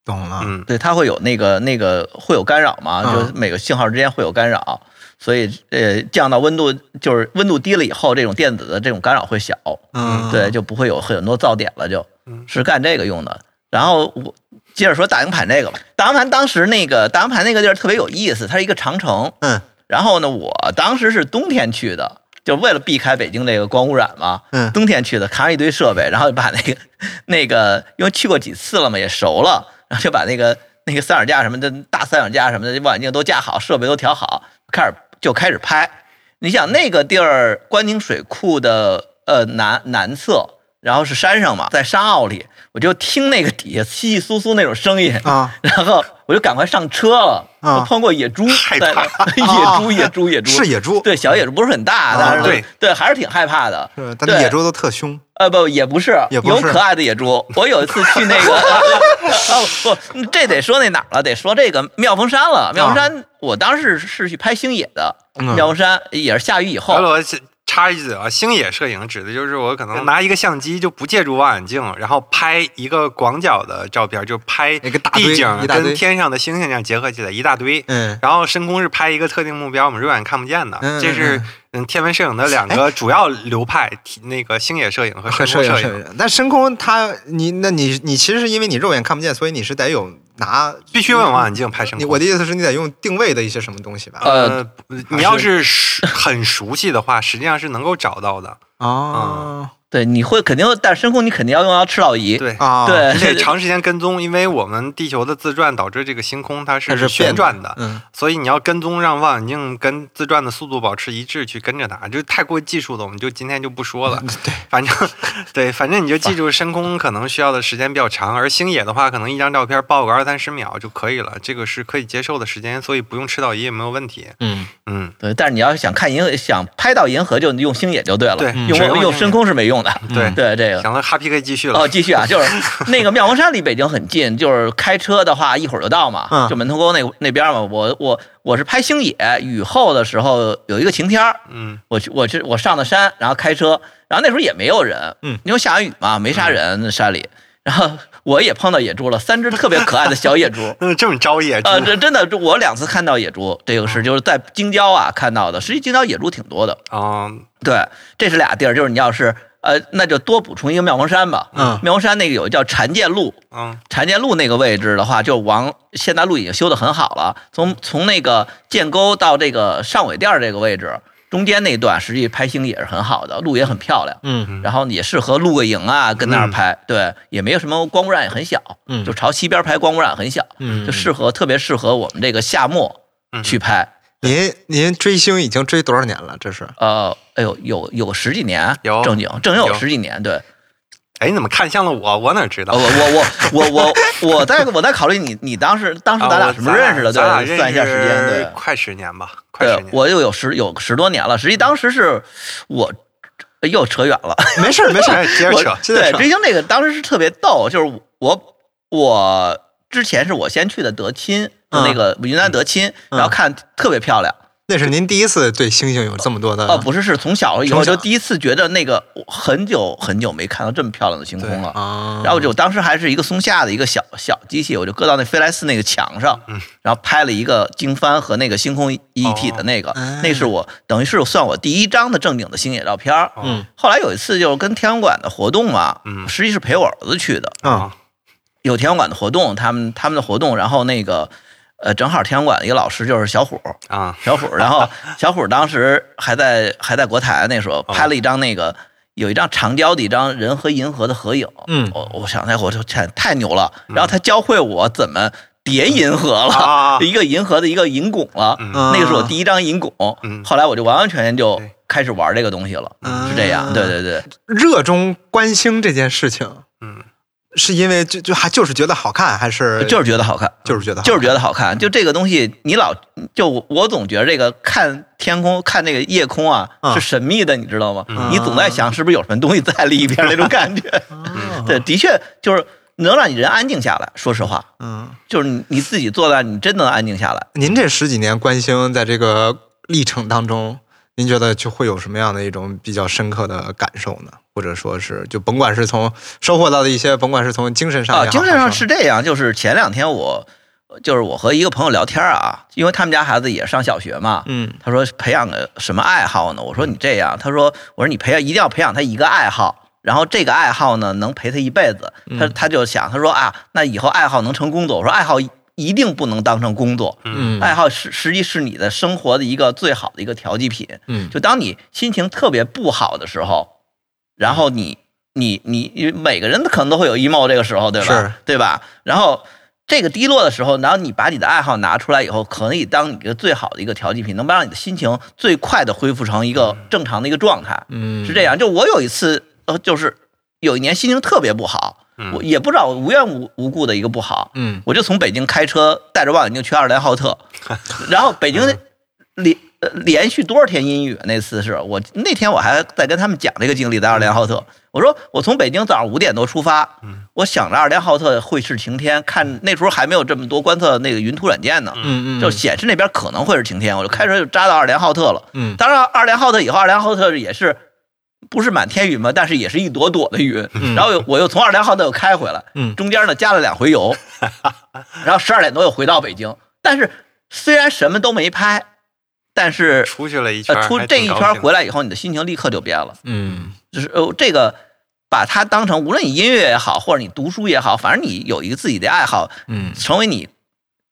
S2: 懂了。
S3: 嗯，
S4: 对，它会有那个那个会有干扰嘛，
S2: 嗯
S4: 就是每个信号之间会有干扰，所以呃降到温度就是温度低了以后，这种电子的这种干扰会小，
S2: 嗯，
S4: 对，就不会有很多噪点了就，
S3: 嗯
S4: 是干这个用的。然后我接着说大营盘这个吧，大营盘当时那个大营盘那个地儿特别有意思，它是一个长城，
S2: 嗯
S4: 然后呢，我当时是冬天去的，就为了避开北京这个光污染嘛。
S2: 嗯
S4: 冬天去的，扛着一堆设备，然后把那个 那个，因为去过几次了嘛，也熟了，然后就把那个那个三脚架什么的，大三脚架什么的，望远镜都架好，设备都调好，开始就开始拍。你想那个地儿，观景水库的呃南南侧，然后是山上嘛，在山坳里，我就听那个底下稀稀疏疏那种声音，
S2: 啊，
S4: 然后我就赶快上车了，
S2: 啊
S4: 我碰过野猪，
S3: 害
S4: 在
S3: 怕
S4: 野猪，野猪，野猪，
S2: 是野猪，啊
S4: 对，小野猪不是很大，但是
S3: 对
S4: 对，还是挺害怕的。
S2: 是，但是
S4: 对
S2: 野猪都特凶，
S4: 呃，不，也不是，
S2: 也不
S4: 有
S2: 是
S4: 可爱的野猪。我有一次去那 个， 啊不，这得说那哪儿了，得说这个妙峰山了。妙峰山，我当时是去拍星野的，
S2: 啊嗯
S4: 妙峰山也是下雨以后
S3: 完了，我插一句啊，星野摄影指的就是我可能拿一个相机就不借助望远镜，然后拍一个广角的照片，就拍
S2: 一个大堆
S3: 地景
S2: 一大堆
S3: 跟天上的星星这样结合起来一大堆。
S2: 嗯，
S3: 然后深空是拍一个特定目标，我们肉眼看不见的，
S2: 嗯哎
S3: 这是嗯天文摄影的两个主要流派，体那个星野摄影和
S2: 和
S3: 深
S2: 摄
S3: 空
S2: 影
S3: 摄
S2: 摄
S3: 影，
S2: 影，但深空它，你那你你其实是因为你肉眼看不见，所以你是得有拿
S3: 必须用望远镜拍深
S2: 你
S3: 空。
S2: 我的意思是你得用定位的一些什么东西吧？
S3: 呃，你要是熟很熟悉的话，实际上是能够找到的。
S2: 哦
S4: 对，你会肯定，但是深空你肯定要用到赤道仪，
S3: 对，
S2: 啊，
S4: 对
S3: 你得长时间跟踪，因为我们地球的自转导致这个星空它
S2: 它是
S3: 是旋转的，
S2: 嗯，
S3: 所以你要跟踪，让望远镜跟自转的速度保持一致，去跟着它。就太过技术的，我们就今天就不说了。
S2: 对，
S3: 反正对，反正你就记住，深空可能需要的时间比较长，而星野的话，可能一张照片爆个二三十秒就可以了，这个是可以接受的时间，所以不用赤道仪也没有问题。
S2: 嗯，
S3: 嗯，
S4: 对，但是你要想看银河，想拍到银河，就用星野就对了。
S3: 对
S4: 用
S3: 只能用
S4: 用
S3: 星
S4: 深空是没用的。
S3: 对
S4: 对，这个
S3: 行了，哈皮可以继续了。
S4: 哦，继 续啊，就是那个妙峰山离北京很近，就是开车的话一会儿就到嘛，
S2: 嗯
S4: 就门头沟那那边嘛。我我我是拍星野，雨后的时候有一个晴天儿，
S3: 嗯，。
S4: 我去我去我上的山，然后开车，然后那时候也没有人，
S2: 嗯，
S4: 因为下完雨嘛，没啥人那山里，然后我也碰到野猪了，三只特别可爱的小野 猪
S3: 嗯，这么招野猪，
S4: 呃，这真的，这我两次看到野猪这个
S2: 嗯
S4: 是就是在京郊啊看到的，实际京郊野猪挺多的。
S3: 啊，
S4: 对，这是俩地儿，就是你要是呃，那就多补充一个妙峰山吧。
S2: 嗯
S4: 妙峰山那个有叫禅涧路，
S3: 嗯，
S4: 禅涧路那个位置的话，就往现代路已经修得很好了，从从那个建沟到这个上尾店儿这个位置。中间那段实际拍星也是很好的，路也很漂亮，
S2: 嗯
S4: 然后也适合露个营啊，跟那儿拍，对，也没有什么光污染，也很小，
S2: 嗯
S4: 就朝西边拍，光污染很小，
S2: 嗯
S4: 就适合特别适合我们这个夏末
S3: 嗯
S4: 去拍，
S2: 您您追星已经追多少年了？这是
S4: 呃，哎呦，有有十几年，
S3: 有
S4: 正经正经有
S3: 有
S4: 十几年，对，
S3: 哎，你怎么看向了我？我哪知道
S4: 呃我？我我我我我在我在考虑你你当时当时
S3: 啊
S4: 咱
S3: 我
S4: 俩什么时候认识的？
S3: 咱俩
S4: 对，算一下时间，
S3: 认识
S4: 对。
S3: 快十年吧，快十
S4: 对，
S3: 年。
S4: 我又有十有十多年了。实际当时是我哎又扯远了，
S2: 没事儿没事儿，接着
S4: 我
S2: 扯，接着
S4: 对，
S2: 扯
S4: 追。星那个当时是特别逗，就是我我之前是我先去的德钦，
S2: 嗯
S4: 那个云南德钦，
S3: 嗯
S4: 然后看特别漂亮。
S2: 那是您第一次对星星有这么多的
S3: 嗯
S4: 哦，不是，是从小以
S2: 从
S4: 后
S2: 小
S4: 就第一次觉得那个我很久很久没看到这么漂亮的星空了。
S2: 啊？
S4: 然后我就当时还是一个松下的一个小小机器，我就搁到那飞来寺那个墙上，然后拍了一个经幡和那个星空一体的那个，
S2: 哦
S4: 那是我等于是算我第一张的正经的星野照片儿。
S3: 哦
S2: 嗯
S4: 后来有一次就是跟天文馆的活动嘛，
S3: 嗯
S4: 实际是陪我儿子去的，
S3: 哦
S2: 啊，
S4: 有天文馆的活动，他们他们的活动，然后那个呃正好天文馆的一个老师就是小虎，
S3: 啊
S4: 小虎，然后小虎当时还在还在国台那时候拍了一张那个、有一张长焦的一张人和银河的合影，
S2: 嗯
S4: 我我想那我就太太牛了，然后他教会我怎么叠银河了，
S3: 啊！
S4: 一个银河的一个银拱了，
S3: 嗯
S2: 嗯
S4: 那个是我第一张银拱，
S3: 嗯
S4: 后来我就完完全全就
S3: 对
S4: 开始玩这个东西了，
S2: 嗯
S4: 是这样，对对对，
S2: 热衷观星这件事情，
S3: 嗯，
S2: 是因为就就还就是觉得好看，还是
S4: 就是觉得好看。
S2: 就是觉得好看
S4: 就是觉得好看，就这个东西，你老就我我总觉得这个看天空、看这个夜空啊
S2: 嗯
S4: 是神秘的，你知道吗？
S2: 嗯
S4: 你总在想是不是有什么东西在里边儿那种感觉。
S2: 啊
S4: 对，的确就是能让你人安静下来。说实话，
S2: 嗯，
S4: 就是你你自己坐在那儿，你真能安静下来。
S2: 您这十几年观星在这个历程当中，您觉得就会有什么样的一种比较深刻的感受呢？或者说是就甭管是从收获到的一些，甭管是从精神上也
S4: 啊，
S2: 哎好
S4: 精神上
S2: 还
S4: 是这样，就是前两天我就是我和一个朋友聊天儿啊，因为他们家孩子也上小学嘛，
S2: 嗯
S4: 他说培养个什么爱好呢？我说你这样，他说我说你培养一定要培养他一个爱好，然后这个爱好呢能陪他一辈子。
S2: 嗯
S4: 他他就想，他说啊，那以后爱好能成工作。我说爱好一定不能当成工作，
S2: 嗯
S4: 爱好实实际是你的生活的一个最好的一个调剂品。
S2: 嗯
S4: 就当你心情特别不好的时候，然后你你你因为每个人可能都会有 emo 这个时候，对
S2: 是
S4: 吧？对吧？然后这个低落的时候，然后你把你的爱好拿出来以后，可以当你一个最好的一个调剂品，能让你的心情最快的恢复成一个正常的一个状态。
S2: 嗯
S4: 是这样，就我有一次，呃，就是有一年心情特别不好，
S3: 嗯
S4: 我也不知道无缘无无故的一个不好，
S2: 嗯
S4: 我就从北京开车带着望远镜去阿尔代 浩特，然后北京
S2: 嗯
S4: 连呃连续多少天阴雨？那次是我那天我还在跟他们讲这个经历，在阿尔代浩
S2: 嗯
S4: 特，我说我从北京早上五点多出发，我想着阿尔代浩特会是晴天，看那时候还没有这么多观测那个云图软件呢，
S2: 嗯嗯嗯
S4: 就显示那边可能会是晴天，我就开车就扎到阿尔代浩特了。
S2: 嗯
S4: 当然，二连浩特以后，二连浩特也是不是满天云嘛，但是也是一朵朵的云。
S2: 嗯
S4: 然后又我又从二连浩特又开回来，
S2: 嗯
S4: 中间呢加了两回 油，然后十二点多又回到北京。但是虽然什么都没拍，但是
S3: 出去了一圈儿，
S4: 呃出
S3: 还
S4: 这
S3: 挺
S4: 一
S3: 高
S4: 圈
S3: 兴
S4: 回来以后，你的心情立刻就变了。
S2: 嗯
S4: 就是呃这个。把它当成无论你音乐也好，或者你读书也好，反正你有一个自己的爱好，
S2: 嗯
S4: 成为你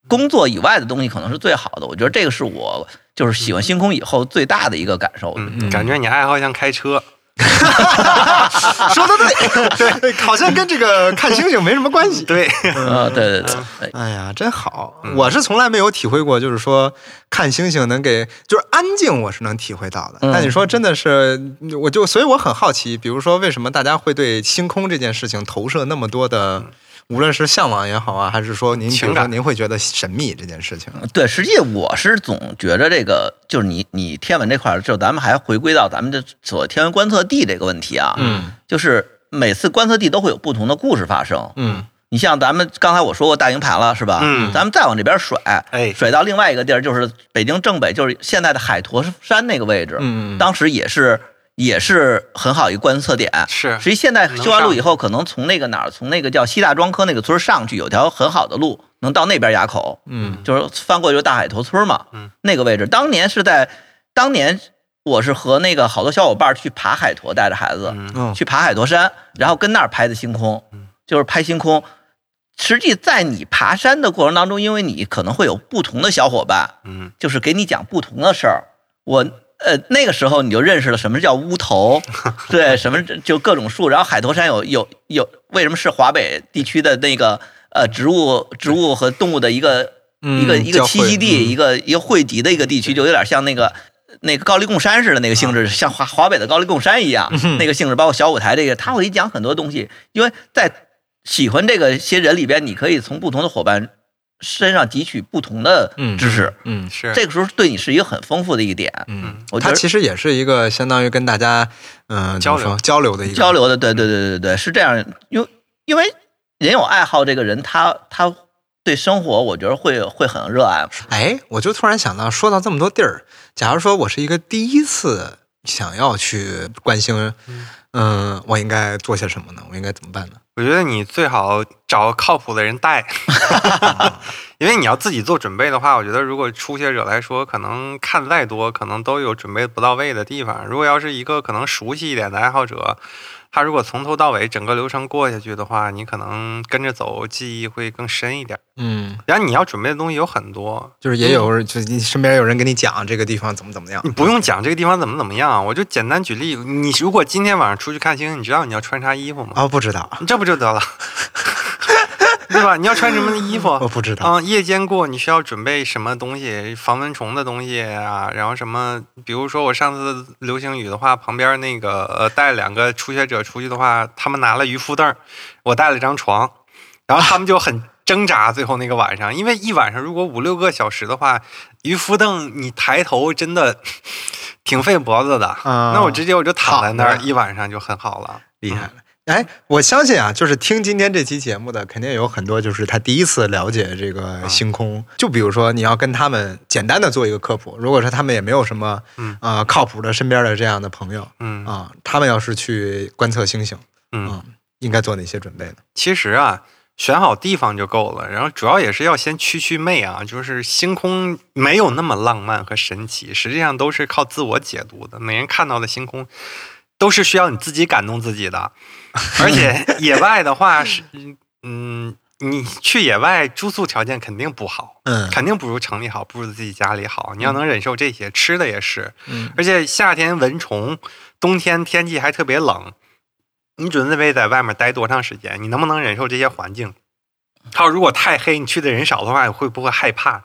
S4: 工作以外的东西，可能是最好的。我觉得这个是我就是喜欢星空以后最大的一个感受。
S3: 嗯，感觉你爱好像开车，
S2: 说的对， 对，好像跟这个看星星没什么关系。
S3: 对，
S4: 呃，对对对，哎
S2: 哎呀，真好！
S3: 嗯
S2: 我是从来没有体会过，就是说看星星能给，就是安静，我是能体会到的。
S4: 嗯
S2: 但你说真的是，我就所以我很好奇，比如说为什么大家会对星空这件事情投射那么多的，
S4: 嗯
S2: 无论是向往也好啊，还是说您比
S3: 情
S2: 如说
S3: 感
S2: 您会觉得神秘这件事情，
S4: 对，实际我是总觉着这个就是你你天文这块儿，就咱们还回归到咱们这所天文观测地这个问题啊，
S2: 嗯
S4: 就是每次观测地都会有不同的故事发生。
S2: 嗯
S4: 你像咱们刚才我说过大营盘了是吧？
S3: 嗯
S4: 咱们再往这边甩，
S3: 哎
S4: 甩到另外一个地儿，就是北京正北，就是现在的海坨山那个位置。
S2: 嗯
S4: 当时也是也是很好一个观测点。
S3: 是
S4: 实际现在
S3: 能
S4: 修完路
S3: 上
S4: 以后，可能从那个哪儿，从那个叫西大庄科那个村儿上去，有条很好的路，能到那边垭口，
S2: 嗯
S4: 就是翻过就是大海头村嘛。
S3: 嗯，
S4: 那个位置当年是在当年我是和那个好多小伙伴去爬海坨，带着孩子、
S3: 嗯
S2: 嗯
S4: 去爬海坨山，然后跟那儿拍的星空，就是拍星空。实际在你爬山的过程当中，因为你可能会有不同的小伙伴，
S3: 嗯
S4: 就是给你讲不同的事儿。我呃那个时候你就认识了什么叫乌 头，对，什么就各种树，然后海头山有有有，为什么是华北地区的那个呃植物植物和动物的一个、
S2: 嗯
S4: 一个一个
S2: 交汇
S4: 栖息地，
S2: 嗯
S4: 一个一个汇集的一个地区，就有点像那个。那个高丽贡山似的那个性质，
S2: 啊
S4: 像华华北的高丽贡山一样、
S2: 嗯
S4: 那个性质，包括小舞台这个，他会讲很多东西，因为在喜欢这个些人里边，你可以从不同的伙伴身上汲取不同的
S2: 嗯
S4: 知识，
S2: 嗯
S3: 是
S4: 这个时候对你是一个很丰富的一点。
S2: 嗯，
S4: 我觉
S2: 它
S4: 得
S2: 其实也是一个相当于跟大家嗯、呃怎么
S3: 交流
S2: 说交流的一个
S4: 交流的，对对对对对，是这样，因为因为人有爱好，这个人他他对生活，我觉得会会很热爱。
S2: 哎，我就突然想到，说到这么多地儿，假如说我是一个第一次想要去关心，嗯、我应该做些什么呢？我应该怎么办呢？
S3: 我觉得你最好找靠谱的人带，因为你要自己做准备的话，我觉得如果初学者来说，可能看再多，可能都有准备不到位的地方。如果要是一个可能熟悉一点的爱好者，他如果从头到尾整个流程过下去的话，你可能跟着走，记忆会更深一点。
S2: 嗯，
S3: 然后你要准备的东西有很多，
S2: 就是也有，就是你身边有人跟你讲这个地方怎么怎么样
S3: 你，不用讲这个地方怎么怎么样，我就简单举例。你如果今天晚上出去看星，你知道你要穿啥衣服吗？
S2: 哦，不知道，
S3: 你这不就得了， 对吧？你要穿什么衣服？
S2: 哦我不知道，
S3: 啊、夜间过你需要准备什么东西？防蚊虫的东西啊，然后什么？比如说我上次流星雨的话，旁边那个呃带两个初学者出去的话，他们拿了渔夫凳儿，我带了一张床，然后他们 就很挣扎。最后那个晚上，因为一晚上如果五六个小时的话，渔夫凳你抬头真的挺费脖子的。
S2: 啊
S3: 那我直接我就躺在那
S2: 躺
S3: 儿
S2: 着
S3: 一晚上就很好了。
S2: 厉害了。哎，我相信啊，就是听今天这期节目的，肯定有很多就是他第一次了解这个星空。就比如说，你要跟他们简单的做一个科普，如果说他们也没有什么，
S3: 嗯
S2: 呃，靠谱的身边的这样的朋友，
S3: 嗯
S2: 啊，他们要是去观测星星，
S3: 嗯
S2: 啊，应该做哪些准备呢？
S3: 其实啊，选好地方就够了，然后主要也是要先驱驱魅啊，就是星空没有那么浪漫和神奇，实际上都是靠自我解读的。每人看到的星空都是需要你自己感动自己的，而且野外的话是，嗯，你去野外住宿条件肯定不好，
S2: 嗯
S3: 肯定不如城里好，不如自己家里好。你要能忍受这些，吃的也是，
S2: 嗯
S3: 而且夏天蚊虫，冬天天气还特别冷，你准备在外面待多长时间？你能不能忍受这些环境？
S2: 嗯
S3: 还有，如果太黑，你去的人少的话，你会不会害怕？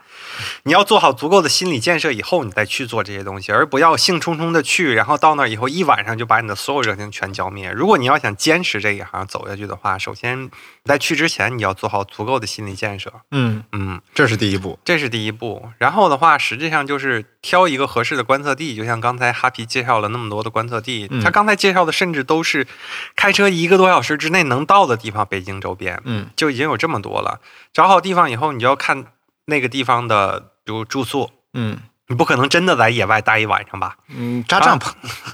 S3: 你要做好足够的心理建设以后，你再去做这些东西，而不要兴冲冲的去，然后到那儿以后一晚上就把你的所有热情全浇灭。如果你要想坚持这一行走下去的话，首先在去之前你要做好足够的心理建设。
S2: 嗯，
S3: 嗯，
S2: 这是第一步。
S3: 这是第一步。然后的话，实际上就是挑一个合适的观测地，就像刚才哈皮介绍了那么多的观测地，
S2: 嗯
S3: 他刚才介绍的甚至都是开车一个多小时之内能到的地方，北京周边，
S2: 嗯
S3: 就已经有这么多了。找好地方以后，你就要看那个地方的，比如住宿。
S2: 嗯
S3: 你不可能真的在野外待一晚上吧？
S2: 嗯，扎帐篷，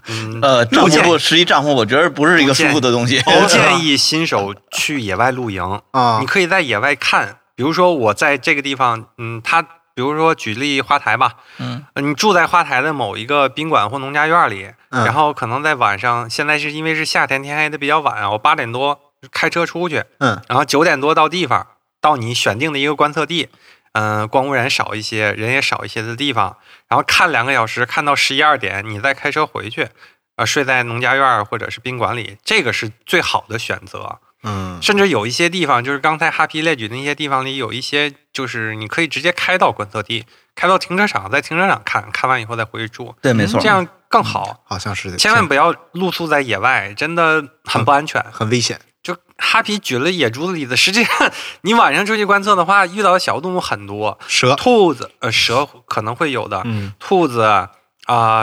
S3: 嗯，
S4: 呃，帐
S3: 不建
S4: 篷不，实际帐篷我觉得不是一个舒服的东西。
S3: 不建议新手去野外露营。
S2: 啊
S3: 你可以在野外看，比如说我在这个地方，嗯，他比如说举例花台吧，
S4: 嗯
S3: 呃，你住在花台的某一个宾馆或农家院里，
S2: 嗯
S3: 然后可能在晚上，现在是因为是夏天，天黑的比较晚，我八点多开车出去，
S2: 嗯
S3: 然后九点多到地方，到你选定的一个观测地，嗯、光污染少一些，人也少一些的地方，然后看两个小时，看到十一二点，你再开车回去。啊，睡在农家院儿或者是宾馆里，这个是最好的选择。
S2: 嗯
S3: 甚至有一些地方，就是刚才哈皮列举的那些地方里，有一些就是你可以直接开到观测地，开到停车场，在停车场看看完以后再回去住，
S4: 对，没错。
S3: 嗯这样更好。
S2: 好像是
S3: 千万不要露宿在野外，真的很不安全。
S4: 嗯
S2: 很危险。
S3: 就哈皮举了野猪的例子，实际上你晚上出去观测的话，遇到的小动物很多，
S4: 啊
S2: 蛇，
S3: 兔子、呃蛇可能会有的，
S2: 嗯
S3: 兔子啊、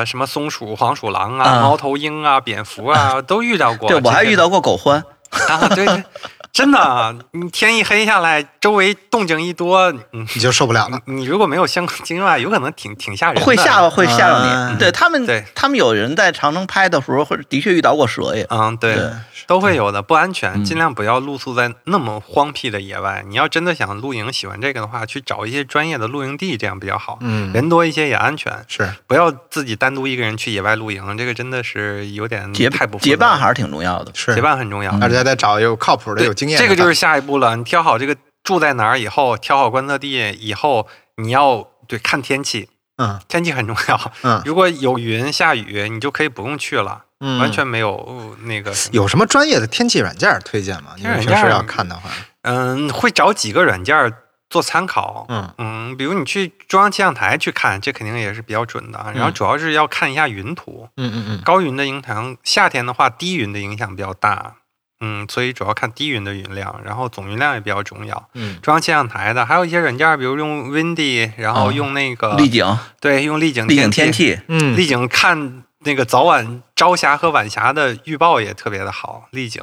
S3: 什么松鼠、黄鼠狼啊、
S4: 啊
S3: 猫头鹰啊、蝙蝠 啊，都遇到过。
S4: 对，我还
S3: 这些
S4: 遇到过狗獾，
S3: 啊，对对，真的啊，你天一黑下来，周围动静一多，嗯，
S2: 你就受不了了。
S3: 你如果没有相关经验的话，有可能挺挺吓人的。
S4: 会吓会吓到
S2: 嗯
S4: 你。对他们
S3: 哎对，
S4: 他们有人在长城拍的时候，会的确遇到过蛇也。
S3: 嗯，对，
S4: 对
S3: 都会有的，不安全，
S4: 嗯
S3: 尽量不要露宿在那么荒僻的野外。你要真的想露营，喜欢这个的话，去找一些专业的露营地，这样比较好。
S2: 嗯
S3: 人多一些也安全，
S2: 是
S3: 不要自己单独一个人去野外露营，这个真的是有点
S4: 结
S3: 太不负责
S4: 结伴
S3: 了
S4: 还是嗯挺重要的。
S2: 是嗯
S3: 结，伴很重要。啊
S2: 大家再找有靠谱的、
S3: 对
S2: 有经验的
S3: 这
S2: 吧。
S3: 个就是下一步了。你挑好这个住在哪儿以后，挑好观测地以后，你要对看天气，
S2: 嗯
S3: 天气很重要。
S2: 嗯
S3: 如果有云下雨，你就可以不用去了，
S2: 嗯，
S3: 完全没有呃那个什么。
S2: 有什么专业的天气软件推荐吗？你啊
S3: 天
S2: 们
S3: 气
S2: 平
S3: 软件
S2: 时要看的话，
S3: 嗯，会找几个软件儿做参考。
S2: 嗯
S3: 嗯，比如你去中央气象台去看，这肯定也是比较准的啊。然后
S2: 嗯
S3: 主要是要看一下云图，
S2: 嗯嗯
S3: 高云的影响，夏天的话低云的影响比较大。嗯，所以主要看低云的云量，然后总云量也比较重要。
S2: 嗯
S3: 中央气象台的还有一些软件，比如用 Windy，然后
S4: 啊
S3: 用那个、
S4: 丽景、
S3: 对，用丽景
S4: 丽
S3: 天
S4: 景天气，
S2: 嗯
S3: 丽景看那个早晚朝霞和晚霞的预报也特别的好，丽景。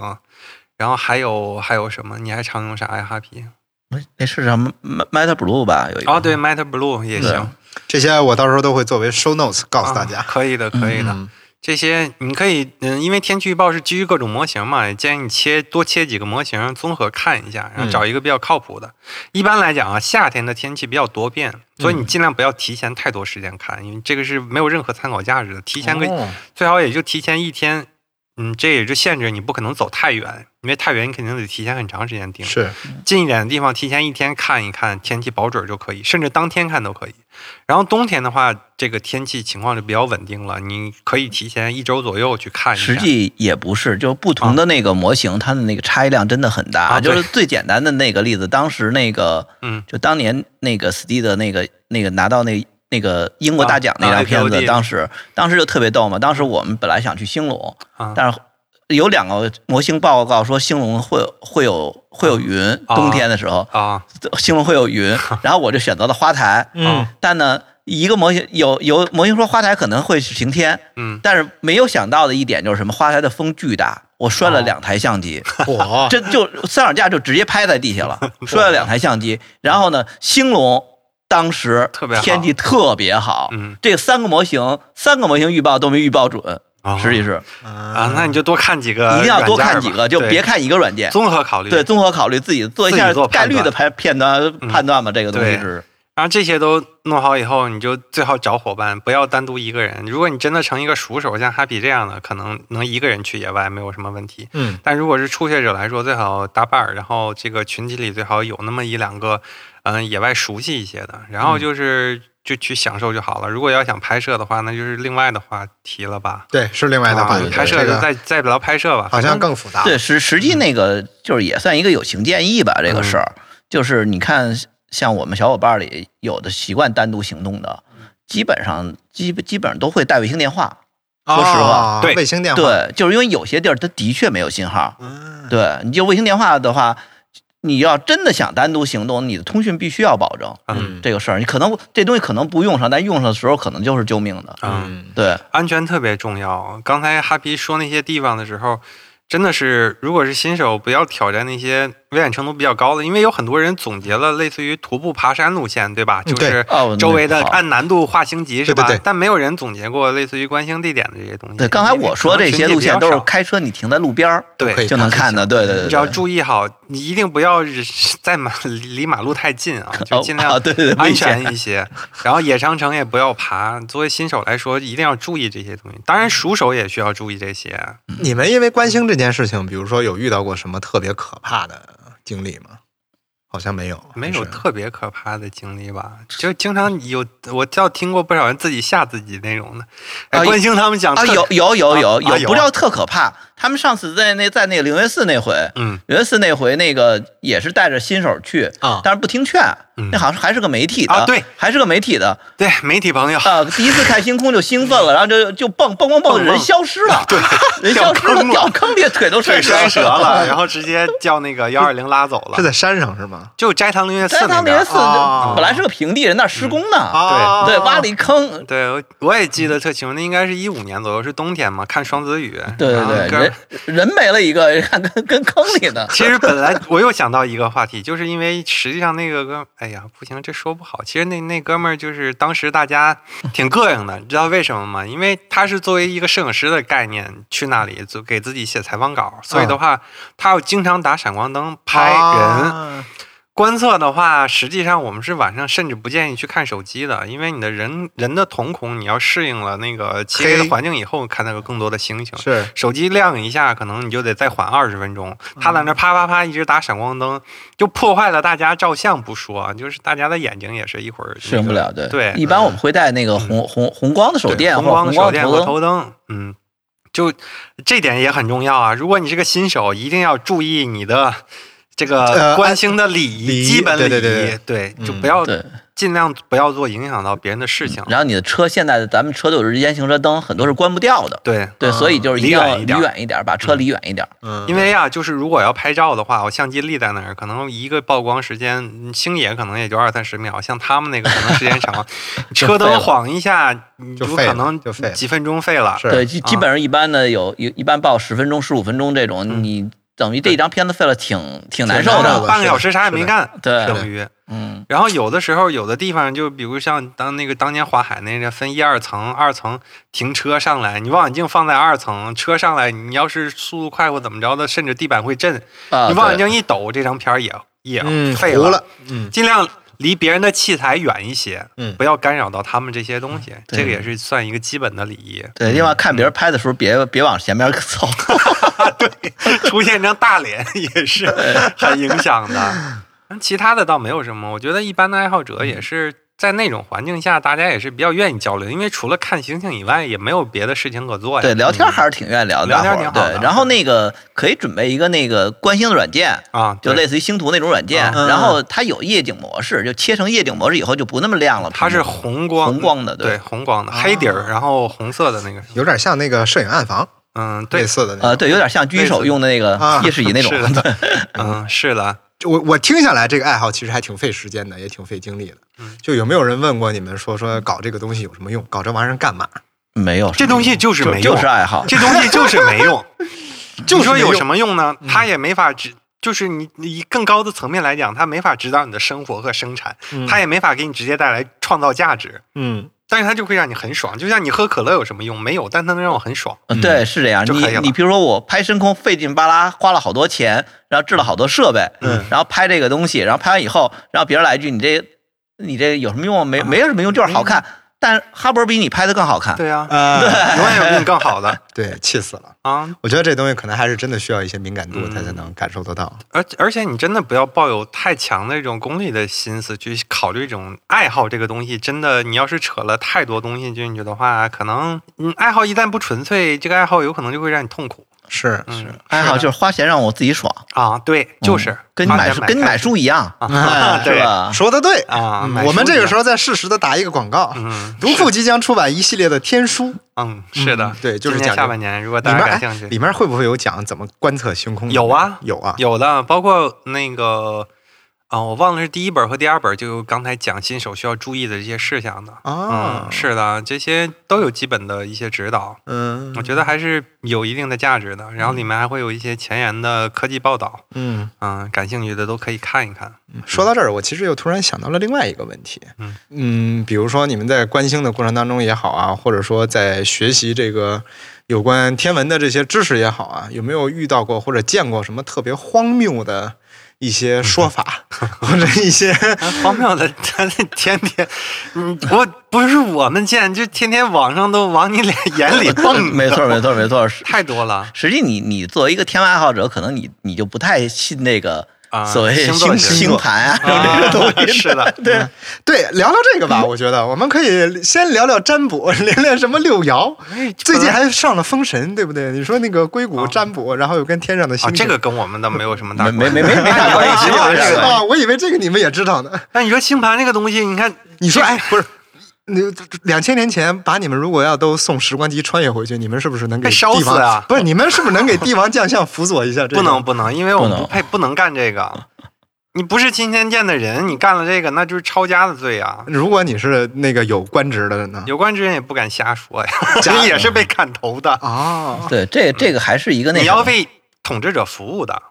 S3: 然后还有还有什么？你还常用啥呀？哈皮？
S4: 哎那是什么 Meta Blue 吧？有一个
S3: 嗯哦，对，Meta Blue 也行，
S2: 这些我到时候都会作为 show notes 告诉大
S3: 啊
S2: 家。
S3: 可以的，可以的。
S2: 嗯
S3: 这些你可以，嗯，因为天气预报是基于各种模型嘛，也建议你切多切几个模型，综合看一下，然后找一个比较靠谱的。一般来讲啊，夏天的天气比较多变，所以你尽量不要提前太多时间看，因为这个是没有任何参考价值的。提前个、
S2: 哦
S3: 最好也就提前一天，嗯，这也就限制你不可能走太远，因为太远你肯定得提前很长时间定。
S2: 是
S3: 近一点的地方提前一天看一看，天气保准就可以，甚至当天看都可以。然后冬天的话，这个天气情况就比较稳定了，你可以提前一周左右去看一下。
S4: 实际也不是，就是不同的那个模型，它的那个差异量真的很大。
S3: 啊
S4: 就
S3: 对
S4: 是最简单的那个例子，当时那个，
S3: 嗯，
S4: 就当年那个 s t e 的那个那个拿到那那个英国大奖那张片
S3: 啊
S4: 子，
S3: ，HOD
S4: 当时当时就特别逗嘛。当时我们本来想去兴隆，
S3: 啊
S4: 但是有两个模型报告说兴隆会有会有会有云，
S3: 啊
S4: 冬天的时候
S3: 啊，
S4: 兴隆会有 云，然后我就选择了花台，
S2: 嗯
S4: 但呢。一个模型有有模型说花台可能会是晴天，
S3: 嗯，
S4: 但是没有想到的一点就是什么？花台的风巨大，我摔了
S3: 哦
S4: 两台 相机，
S3: 啊
S2: 我
S4: 这就三脚架就直接拍在地下了，摔了两台相机。然后呢，兴隆当时
S3: 特别好
S4: 天气特别好，
S3: 嗯
S4: 这三个模型三个模型预报都没预报准，
S3: 哦
S4: 实际是
S2: 嗯
S3: 啊，那你就多看几个，
S4: 一定要多看几个，就别看一个软件。
S3: 综合考虑。
S4: 对，综合考虑自己做一
S3: 自
S4: 下
S3: 己做
S4: 概
S3: 判断嗯
S4: 率的判片段判断吧，这个东西
S3: 对
S4: 是
S3: 然后这些都弄好以后，你就最好找伙伴，不要单独一个人。如果你真的成一个熟手，像哈比这样的，可能能一个人去野外没有什么问题。
S2: 嗯
S3: 但如果是初学者来说，最好搭伴儿，然后这个群体里最好有那么一两个，嗯、野外熟悉一些的，然后就是、就去享受就好了。如果要想拍摄的话，那就是另外的话题了吧。
S2: 对是另外的话
S3: 啊
S2: 题，
S3: 拍摄
S2: 这
S3: 就
S2: 个
S3: 再再聊拍摄吧，
S2: 好像更复
S3: 啊
S2: 杂。
S4: 对，实实际那个就是也算一个有形建议吧，
S3: 嗯
S4: 这个事儿就是你看，像我们小伙伴里有的习惯单独行动的，基本上基基本上都会带卫星电话。
S2: 哦，
S4: 说实话
S3: 对
S2: 卫星电话，
S4: 对，就是因为有些地儿它的确没有信号。
S3: 嗯
S4: 对，你就卫星电话的话，你要真的想单独行动，你的通讯必须要保证。
S3: 嗯
S4: 这个事儿，你可能这东西可能不用上，但用上的时候可能就是救命的。
S3: 嗯，
S4: 对，
S3: 安全特别重要。刚才哈皮说那些地方的时候，真的是，如果是新手，不要挑战那些危险程度比较高的，因为有很多人总结了类似于徒步爬山路线，对吧？
S2: 嗯
S3: 就
S2: 对
S3: 是
S4: 哦
S3: 周围
S4: 那
S3: 的
S4: 好
S3: 按难度划星级，是吧？
S2: 对对对
S3: 但没有人总结过类似于观星地点的这些东西。
S4: 对，刚才我说这些路线都是开车，你停在路边儿
S3: 对
S2: 可以
S4: 就能看的。对对对，
S3: 你只要
S4: 对
S3: 注意好，你一定不要是在马离马路太近 啊，就
S4: 哦
S3: 尽量
S4: 啊对对对
S3: 安
S4: 危险
S3: 全一 些。然后野长城也不要爬，作为新手来说，一定要注意这些东西。当然，熟手也需要注意这些。
S2: 你们因为观星这件事情，比如说有遇到过什么特别可怕的经历吗？好像没有，
S3: 没
S2: 还
S3: 有
S2: 是
S3: 特别可怕的经历吧，就经常有我倒听过不少人自己吓自己那种的。哎，
S4: 啊
S3: 关星他们讲
S4: 啊，
S3: 特
S4: 有有有有
S3: 啊啊有啊
S4: 有，不叫特可怕。他们上次在那在那个灵云寺那回，
S3: 嗯
S4: 灵云寺那回那个也是带着新手去
S2: 啊
S4: 但是不听劝
S3: 嗯，
S4: 那好像是还是个媒体的
S3: 啊对，
S4: 还是个媒体的
S3: 对媒体朋友
S4: 啊，第一次看星空就兴奋了，然后就就蹦蹦蹦蹦，
S3: 蹦
S4: 人消失了， 对，人消失
S3: 掉
S4: 了
S3: 坑，了
S4: 掉坑里腿都
S3: 腿
S4: 摔
S3: 摔折
S4: 折
S3: 了，然后 直接叫那个幺二零拉走
S2: 是
S3: 了，
S2: 在山上是吗？
S3: 就斋堂灵悦寺
S4: 在
S3: 那
S4: 当
S3: 边
S4: 年
S3: 儿。
S4: 寺
S2: 哦
S4: 本来是个平地，人那儿施工
S3: 嗯
S4: 呢，
S2: 啊
S4: 对，挖了一坑，
S3: 对，我我也
S4: 嗯
S3: 记得特清楚，那应该是一五年左右，是冬天嘛，看双子雨。
S4: 对
S3: 然后
S4: 对
S3: 哥
S4: 对，
S3: 们
S4: 人人没了一个， 人看跟跟坑里 呢，
S3: 其实本来我又想到一个话题，就是因为实际上那个哥，哎呀，不行，这说不好。其实那那哥们儿就是当时大家挺膈应的，你知道为什么吗？因为他是作为一个摄影师的概念去那里做给自己写采访稿，
S4: 嗯
S3: 所以的话，他要经常打闪光灯拍人。
S4: 哦
S2: 啊
S3: 观测的话，实际上我们是晚上甚至不建议去看手机的，因为你的人人的瞳孔，你要适应了那个漆黑的
S2: 黑
S3: 环境以后，看到有更多的星星。
S2: 是
S3: 手机亮一下，可能你就得再缓二十分钟。他
S2: 嗯
S3: 在那啪啪啪一直打闪光灯，就破坏了大家照相不说，就是大家的眼睛也是一会儿
S4: 适应不了，对
S3: 那个对，嗯
S4: 一般我们会带那个红红红光的手电
S3: 红光
S4: 或者红
S3: 的
S4: 光
S3: 手
S4: 的
S3: 电
S4: 头
S3: 和
S4: 灯，
S3: 头灯，嗯，就这点也很重要啊。如果你是个新手，一定要注意你的这
S2: 呃
S3: 个观星的礼
S2: 礼仪
S3: 仪、基本礼仪，
S2: 对对嗯
S3: 就不要
S4: 对嗯
S3: 尽量不要做影响到别人的事情。
S4: 然后你的车现在咱们车都有日间行车灯，很多是关不掉的。
S3: 对，
S4: 对，所以就是一定要
S3: 啊离远一
S4: 离
S3: 点
S4: 远一点，把车离远一点。
S2: 嗯，
S3: 因为呀、就是如果要拍照的话，我相机立在那儿，可能一个曝光时间，嗯星野可能也就二三十秒，像他们那个可能时间 长，车
S4: 就废
S3: 灯
S4: 了
S3: 晃一下，你
S2: 就废了
S3: 可能
S2: 就废了
S3: 几分钟废了。
S2: 是
S4: 对，基
S3: 啊
S4: 基本上一般的有有一般报十分钟、十五分钟这种，
S3: 嗯
S4: 你等于这一张片子废了，挺挺难
S2: 挺
S4: 受
S2: 难
S4: 的
S2: 受。
S3: 半个小时啥也没干，
S4: 对，
S3: 等于。
S4: 嗯，
S3: 然后有的时候，有的地方就比如像当那个当年华海那个分一二层，二层停车上来，你望远镜放在二层，车上来，你要是速度快或怎么着的，甚至地板会震，
S4: 啊，
S3: 你望远
S4: 对
S3: 镜一抖，这张片儿也也
S2: 嗯
S3: 废
S2: 糊
S3: 了
S2: 了，嗯
S3: 尽量离别人的器材远一些，
S2: 嗯
S3: 不要干扰到他们这些东西，
S4: 对
S3: 这个也是算一个基本的礼仪。
S4: 对，另外看别人拍的时候，别别往前 面凑。
S3: 出现一张大脸也 是很影响的。嗯其他的倒没有什么，我觉得一般的爱好者也是在那种环境下，大家也是比较愿意交流，因为除了看星星以外，也没有别的事情可做呀。
S4: 对，聊天还是挺愿意聊的，
S3: 嗯聊
S4: 大
S3: 天
S4: 伙儿
S3: 挺好的
S4: 对，然后那个可以准备一个那个观星的软件。
S3: 啊，对
S4: 就
S3: 啊
S4: 类似于星图那种软件，
S2: 嗯
S4: 然后它有夜景模式，就切成夜景模式以后就不那么亮了。
S3: 它是红光，
S4: 红光的对
S3: 对，红光的黑底儿，然后红色的那个，
S2: 有点像那个摄影暗房
S3: 嗯，对
S2: 类，似的那
S4: 呃，
S2: 种。
S4: 对，有点像狙击手用的那
S2: 啊
S4: 个夜视仪那种。
S3: 是的，嗯，是的，
S2: 我我听下来，这个爱好其实还挺费时间的，也挺费精力的。
S3: 嗯
S2: 就有没有人问过你们说说搞这个东西有什么用？搞这玩意儿干嘛？
S4: 没有
S3: 这东西就是没用，
S4: 就是 爱好。
S3: 这东西就是没用。
S2: 就是
S3: 你说
S2: 没用嗯
S3: 有什么用呢？它也没法指，就是你你以更高的层面来讲，它没法指导你的生活和生产，它也没法给你直接带来创造价值，
S2: 嗯
S3: 但是它就会让你很爽。就像你喝可乐有什么用？没有，但它能让我很爽。
S4: 嗯对，是这样。
S3: 就可以
S4: 你
S3: 了
S4: 你比如说，我拍深空费劲巴拉，花了好多钱，然后制了好多设备，
S2: 嗯
S4: 然后拍这个东西，然后拍完以后，然后别人来一句：“你这你这有什么用啊？没没有什么用，就是好看。”但哈勃比你拍的更好看。
S3: 对呀、
S4: 呃
S2: 啊，
S3: 永远有比你更好的
S2: 对，气死了！
S3: 啊！
S2: 我觉得这东西可能还是真的需要一些敏感度，
S3: 嗯
S2: 他才能感受得到。
S3: 而而且你真的不要抱有太强的一种功利的心思去考虑这种爱好这个东西。真的，你要是扯了太多东西进去的话，可能嗯，爱好一旦不纯粹，这个爱好有可能就会让你痛苦。
S2: 是
S3: 嗯，
S4: 爱好
S3: 的
S4: 就是花钱让我自己爽，
S3: 啊，
S2: 嗯
S3: 对，就是
S4: 跟你
S3: 花
S4: 买
S3: 钱
S4: 书跟你
S3: 开
S4: 买书一样，
S3: 啊
S4: 是
S3: 对
S4: 吧？
S2: 说的对哎
S3: 啊
S2: 嗯
S3: 买书
S2: 我们这
S3: 一
S2: 个
S3: 样
S2: 时候在适时的打一个广告，
S3: 嗯
S2: 读库即将出版一系列的天书，
S3: 嗯，是的
S2: 嗯，对就是
S3: 今年
S2: 讲这
S3: 下
S2: 个
S3: 半年，如果
S2: 里
S3: 大
S2: 面
S3: 家
S2: 哎
S3: 感兴
S2: 里
S3: 趣，
S2: 面会不会有讲怎么观测星空？
S3: 有啊
S2: 有啊，
S3: 有的，包括那个啊，我忘了是第一本和第二本，就刚才讲新手需要注意的这些事项的。
S2: 啊
S3: 嗯，，是的，这些都有基本的一些指导，
S2: 嗯，
S3: 我觉得还是有一定的价值的。然后里面还会有一些前沿的科技报道，
S2: 嗯，
S3: 嗯，感兴趣的都可以看一看。
S2: 说到这儿，我其实又突然想到了另外一个问题，
S3: 嗯
S2: 比如说你们在观星的过程当中也好啊，或者说在学习这个有关天文的这些知识也好啊，有没有遇到过或者见过什么特别荒谬的一
S3: 嗯
S2: 些说法，或者一 些
S3: 啊荒谬的，他那天天，嗯，我不是我们见，就天天网上都往你脸眼里蹦，
S4: 没错，没错，没错。是
S3: 太多 了。
S4: 实际你你作为一个天文爱好者，可能你你就不太信那个
S3: 啊
S4: 所谓
S3: 星座
S4: 星
S3: 学
S4: 星盘啊，
S3: 啊
S4: 这个东西
S3: 是的
S4: 对，
S2: 对聊聊这个吧？我觉得我们可以先聊聊占卜，连连什么六爻。最近还上了《封神》，对不对？你说那个硅谷占卜，然后又跟天上的星
S3: 啊，
S2: 星、
S3: 这个跟我们倒没有什么大关
S4: 没
S3: 系
S4: 没没没没大关系，没
S2: 啊
S4: 大
S2: 是
S4: 关系。
S2: 吧？我以为这个你们也知道呢。
S3: 但你说星盘这个东西，你看，
S2: 你说，哎，不是，你两千年前把你们如果要都送时光机穿越回去，你们是不是能给
S3: 被烧
S2: 帝王
S3: 死啊
S2: 不是，你们是不是能给帝王将相辅佐一下？这个
S3: 不能，不能，因为我
S4: 不
S3: 们
S4: 能
S3: 不配，不能干这 个。你不是今天见的人，你干了这个，那就是抄家的罪啊！
S2: 如果你是那个有官职的人呢？
S3: 有关之人也不敢瞎说呀，
S2: 假的
S3: 也是被砍头的。
S2: 啊，
S4: 对，这这个还是一个那
S3: 你
S4: 什
S3: 要
S4: 么
S3: 为统治者服务的，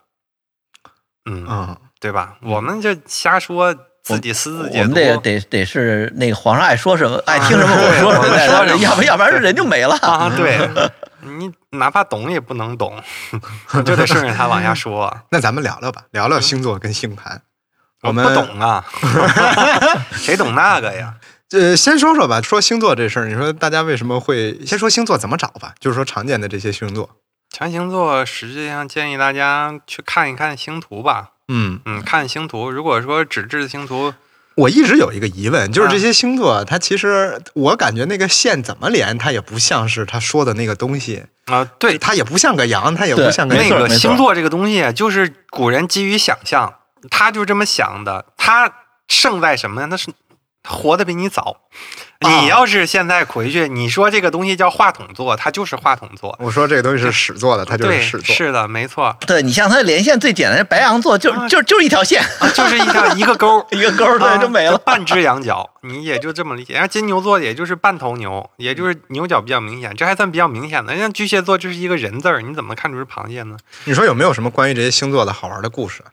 S3: 嗯，
S2: 嗯，
S3: 对吧？我们就瞎说，自己私自
S4: 我
S3: 解
S4: 们得
S3: 读
S4: 得得是那个皇上爱说什么爱 听什么我说什么，
S3: 对
S4: 对
S3: 说什么
S4: 要不要不然人就没了。
S3: 啊！对 你哪怕懂也不能懂， 你就得顺着他往下 说。
S2: 那咱们聊聊吧，聊聊星座跟星盘。我
S3: 我
S2: 们
S3: 不懂啊， 谁懂那个呀？
S2: 呃，先说说吧，说星座这事儿，你说大家为什么会先说星座怎么找吧？就是说常见的这些星座，
S3: 全星座实际上建议大家去看一看星图吧，
S2: 嗯
S3: 嗯，看星图。如果说纸质的星图，
S2: 我一直有一个疑问，
S3: 啊
S2: 就是这些星座，它其实我感觉那个线怎么连，它也不像是他说的那个东西，
S3: 啊，对，
S2: 它也不像个羊，它也不
S4: 对
S2: 像个
S3: 那
S4: 没错
S3: 个
S4: 没错
S3: 星座这个东西啊，就是古人基于想象，他就这么想的。他胜在什么呢？他是活得比你早。
S2: 啊
S3: 你要是现在回去，你说这个东西叫话筒座，它就是话筒座。
S2: 我说这个东西是屎做的，它就
S3: 对，
S2: 是屎做。
S3: 是的，没错，
S4: 对你像它的连线最简单，白羊座就
S3: 啊
S4: 就就是一条线，
S3: 啊就是一条一个钩儿，
S4: 一个钩儿
S3: 啊
S4: 对就没了。
S3: 半只羊角，你也就这么理解。然后金牛座也就是半头牛，也就是牛角比较明显，这还算比较明显的。像巨蟹座，这是一个人字儿，你怎么看出是螃蟹呢？
S2: 你说有没有什么关于这些星座的好玩的故事？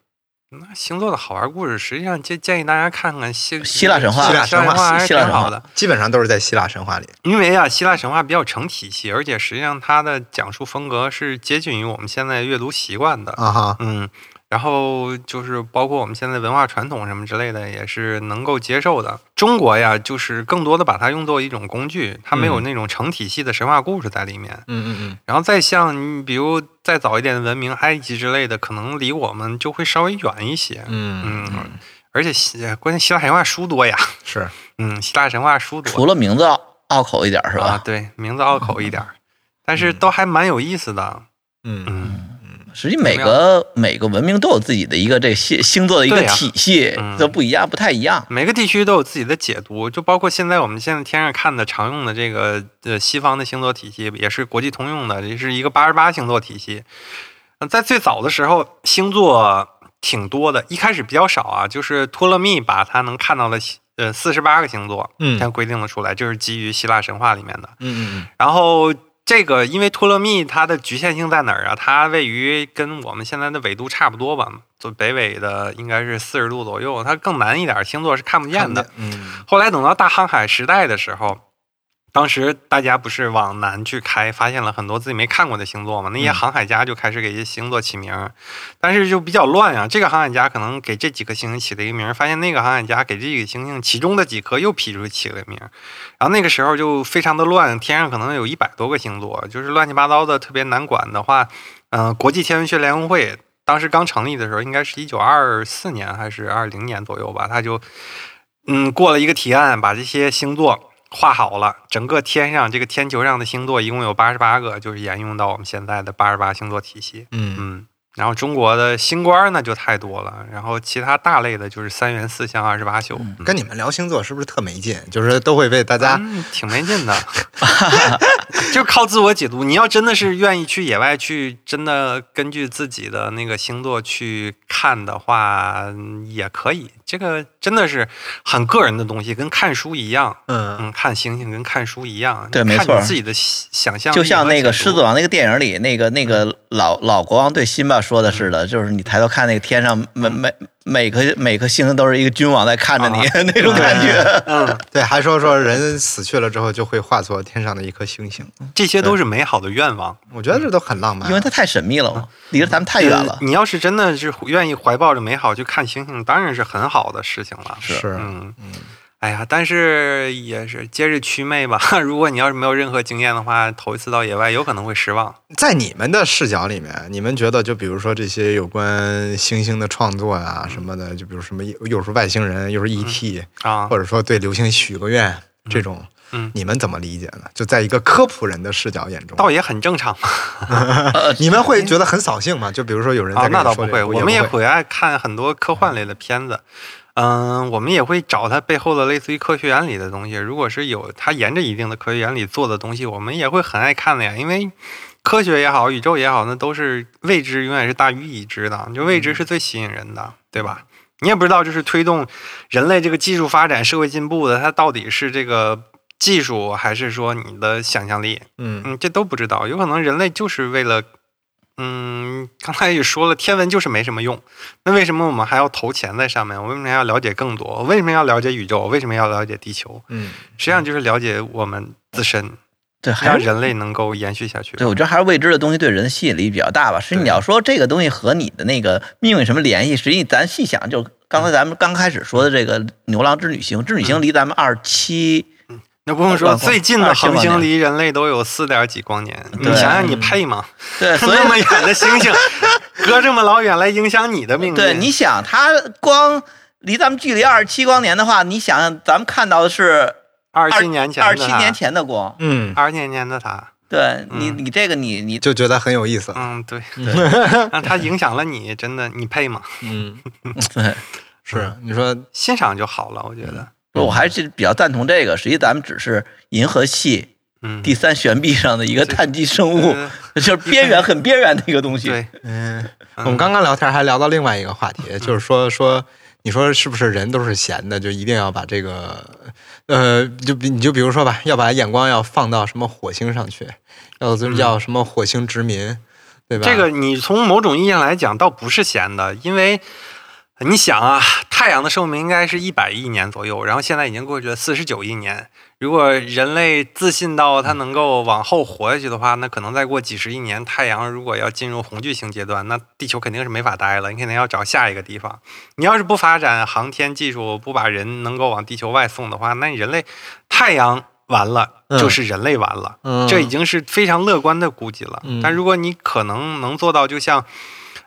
S3: 那星座的好玩故事，实际上建建议大家看看希
S4: 希腊神话
S3: 希腊
S2: 希腊
S3: 神
S2: 神
S4: 话
S3: 话还是
S4: 希腊
S3: 挺
S4: 神话
S3: 好的。
S2: 基本上都是在希腊神话里。
S3: 因为啊，希腊神话比较成体系，而且实际上它的讲述风格是接近于我们现在阅读习惯的。
S2: 啊哈，
S3: 嗯，然后就是包括我们现在文化传统什么之类的，也是能够接受的。中国呀，就是更多的把它用作一种工具，它没有
S2: 嗯
S3: 那种成体系的神话故事在里面。
S2: 嗯嗯
S3: 然后再像你比如再早一点的文明，埃及之类的，可能离我们就会稍微远一些。
S2: 嗯
S3: 嗯，而且希关键希腊神话书多呀，
S2: 是
S3: 嗯，希腊神话书多，
S4: 除了名字拗拗口一点是
S3: 啊
S4: 吧？？
S3: 对，名字拗口一点儿，但是都还蛮有意思的。
S2: 嗯
S3: 嗯，
S4: 实际每
S3: 怎么
S4: 个每个文明都有自己的一个这星星座的一个
S3: 对呀
S4: 体系
S3: 嗯，
S4: 都不一样，不太一样。
S3: 每个地区都有自己的解读，就包括现在我们现在天上看的常用的这个呃西方的星座体系，也是国际通用的，也是一个八十八星座体系。呃在最早的时候，星座挺多的，一开始比较少啊，就是托勒密把他能看到的星呃四十八个星座，
S2: 嗯
S3: 他规定了出来，就是基于希腊神话里面的。
S2: 嗯
S3: 然后这个，因为托勒密它的局限性在哪儿啊？它位于跟我们现在的纬度差不多吧，就北纬的应该是四十度左右，它更南一点，星座是看不见的。
S2: 嗯
S3: 后来等到大航海时代的时候。当时大家不是往南去开，发现了很多自己没看过的星座嘛？那些
S2: 嗯
S3: 航海家就开始给一些星座起名儿，但是就比较乱啊。这个航海家可能给这几颗行星起了一个名儿，发现那个航海家给这几个行星其中的几颗又劈出起了名儿，然后那个时候就非常的乱，天上可能有一百多个星座，就是乱七八糟的，特别难管的话，嗯、国际天文学联合会当时刚成立的时候，应该是一九二四年还是二零年左右吧，他就嗯过了一个提案，把这些星座。画好了，整个天上这个天球上的星座一共有八十八个，就是沿用到我们现在的八十八星座体系。
S2: 嗯
S3: 嗯，然后中国的星官儿那就太多了，然后其他大类的就是三元四象二十八宿，
S2: 嗯，跟你们聊星座是不是特没劲？就是都会被大家
S3: 嗯挺没劲的， 就靠自我解读。你要真的是愿意去野外去，真的根据自己的那个星座去看的话，嗯也可以。这个真的是很个人的东西，跟看书一样。
S2: 嗯
S3: 嗯，看星星跟看书一样，
S4: 对
S3: 你
S4: 没
S3: 看
S4: 错
S3: 你自己的想象力
S4: 就像
S3: 和
S4: 那个《
S3: 解
S4: 狮
S3: 读
S4: 子王》那个电影里，那个那个老老国王对辛巴说的似的，
S3: 嗯
S4: 就是你抬头看那个天上每每每颗每颗星星都是一个君王在看着你、
S3: 啊
S4: 那种感觉。
S3: 嗯，
S2: 对，还说说人死去了之后就会化作天上的一颗星星，
S3: 这些都是美好的愿望。
S2: 我觉得这都很浪漫。
S4: 因为它太神秘了嘛，离着咱们太远了
S3: 嗯。你要是真的是愿意怀抱着美好去看星星，当然是很好的事情了。
S2: 是
S3: 嗯，哎呀，但是也是接着祛魅吧。 如果你要是没有任何经验的话，头一次到野外有可能会失望。
S2: 在你们的视角里面，你们觉得就比如说这些有关星星的创作啊什么的，就比如什么又是外星人，又是 ET，、
S3: 啊
S2: 或，者说对流星许个愿、这种，
S3: 嗯
S2: 你们怎么理解呢？就在一个科普人的视角眼中，
S3: 倒也很正常嘛
S2: 你们会觉得很扫兴吗？就比如说有人在
S3: 啊，
S2: 跟
S3: 那
S2: 你
S3: 倒
S2: 说
S3: 不
S2: 这个、
S3: 会，我们也会爱看很多科幻类的片子。嗯，我们也会找它背后的类似于科学原理的东西。如果是有它沿着一定的科学原理做的东西，我们也会很爱看的呀。因为科学也好，宇宙也好，那都是未知永远是大于已知的，就
S2: 嗯
S3: 未知是最吸引人的，对吧？你也不知道，就是推动人类这个技术发展、社会进步的，它到底是这个技术，还是说你的想象力？
S2: 嗯
S3: 嗯，这都不知道，有可能人类就是为了，嗯，刚才也说了，天文就是没什么用。那为什么我们还要投钱在上面？我为什么还要了解更多？我为什么要了解宇宙？我为什么要了解地球？
S2: 嗯
S3: 实际上就是了解我们自身，
S4: 对，还
S3: 让
S4: 是
S3: 人类能够延续下去。
S4: 对，我觉得还是未知的东西对人的吸引力比较大吧。实际你要说这个东西和你的那个命运什么联系，实际咱细想，就刚才咱们刚开始说的这个《牛郎织女星》，织女
S3: 嗯
S4: 星离咱们二七，
S3: 那不用
S4: 包
S3: 说，
S4: 括
S3: 最近的
S4: 二十
S3: 恒
S4: 光
S3: 星
S4: 年
S3: 离人类都有四点几光年，你
S4: 对
S3: 想想你
S2: 嗯
S3: 配吗？
S4: 对， 所 以
S3: 那么远的星星，隔这么老远来影响你的命运，
S4: 对，你想，它光离咱们距离二十七光年的话，你想想，咱们看到的是
S3: 二十七年前的
S4: 二
S3: 他，
S4: 十七年前的光。
S2: 嗯，
S3: 二十年前的他，
S4: 对你，
S3: 嗯
S4: 你这个你你
S2: 就觉得很有意思。
S3: 嗯，对， 让他影响了你，真的，你配吗？
S2: 嗯，
S4: 对，
S2: 是你说
S3: 欣赏就好了，我觉得，
S4: 我还是比较赞同这个。实际咱们只是银河系
S3: 嗯，
S4: 第三悬臂上的一个
S3: 这
S4: 碳基生物，
S3: 呃
S4: 就是边缘很边缘的一个东西。
S3: 对，
S2: 嗯，我们刚刚聊天还聊到另外一个话
S3: 嗯
S2: 题，就是说说，你说是不是人都是闲的，就一定要把这个，呃，就比你就比如说吧，要把眼光要放到什么火星上去，要要什么火星殖民，对吧？
S3: 嗯这个你从某种意义上来讲，倒不是闲的，因为你想啊，太阳的寿命应该是一百亿年左右，然后现在已经过去了四十九亿年。如果人类自信到它能够往后活下去的话，那可能再过几十亿年，太阳如果要进入红巨星阶段，那地球肯定是没法待了，你肯定要找下一个地方。你要是不发展航天技术，不把人能够往地球外送的话，那你人类太阳完了，
S2: 嗯
S3: 就是人类完了。
S2: 嗯
S3: 这已经是非常乐观的估计了。
S2: 嗯
S3: 但如果你可能能做到，就像，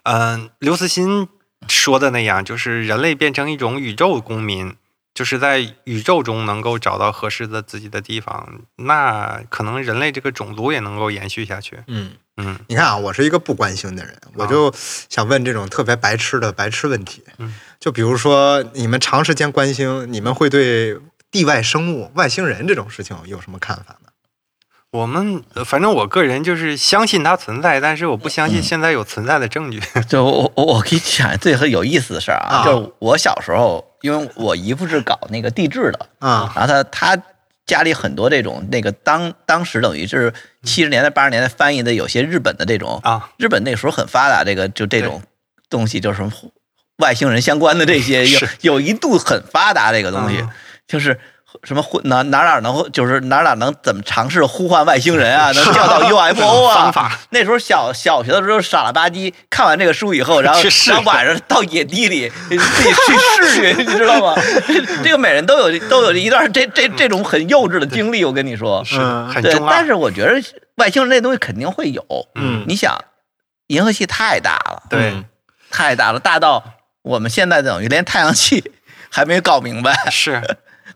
S3: 嗯、刘慈欣说的那样，就是人类变成一种宇宙公民，就是在宇宙中能够找到合适的自己的地方，那可能人类这个种族也能够延续下去。
S2: 嗯。
S3: 嗯
S2: 你看啊，我是一个不关心的人，我就想问这种特别白痴的白痴问题。
S3: 啊嗯，
S2: 就比如说，你们长时间关心，你们会对地外生物、外星人这种事情有什么看法呢？
S3: 我们呃反正我个人就是相信它存在，但是我不相信现在有存在的证据。
S4: 就我我我给你讲最很有意思的事儿啊，
S2: 啊
S4: 就是我小时候，因为我姨夫是搞那个地质的，
S2: 啊，
S4: 然后他他家里很多这种那个当当时等于是七十年代八十年代翻译的有些日本的这种，
S3: 啊，
S4: 日本那时候很发达，这个就这种东西就是什么外星人相关的这些 有
S3: 是
S4: 有一度很发达这个东西
S3: 嗯，
S4: 就是。什么呼哪哪哪能就是哪哪能怎么尝试呼唤外星 人啊，能叫到 UFO 啊？
S3: 方法
S4: 那时候小小学的时候傻了吧唧，看完这个书以后，然后
S3: 去试
S4: 然后晚上到野地里 自己去试去，你知道吗？这个每人都有都有一段这这这种很幼稚的经历，我跟你说，
S3: 是
S2: 嗯
S3: 很
S4: 对
S3: 中，
S4: 但
S3: 二。
S4: 是我觉得外星人这东西肯定会有。
S2: 嗯
S4: 你想，银河系太大了，嗯
S3: 对，
S4: 太大了，大到我们现在等于连太阳系还没搞明白，
S3: 是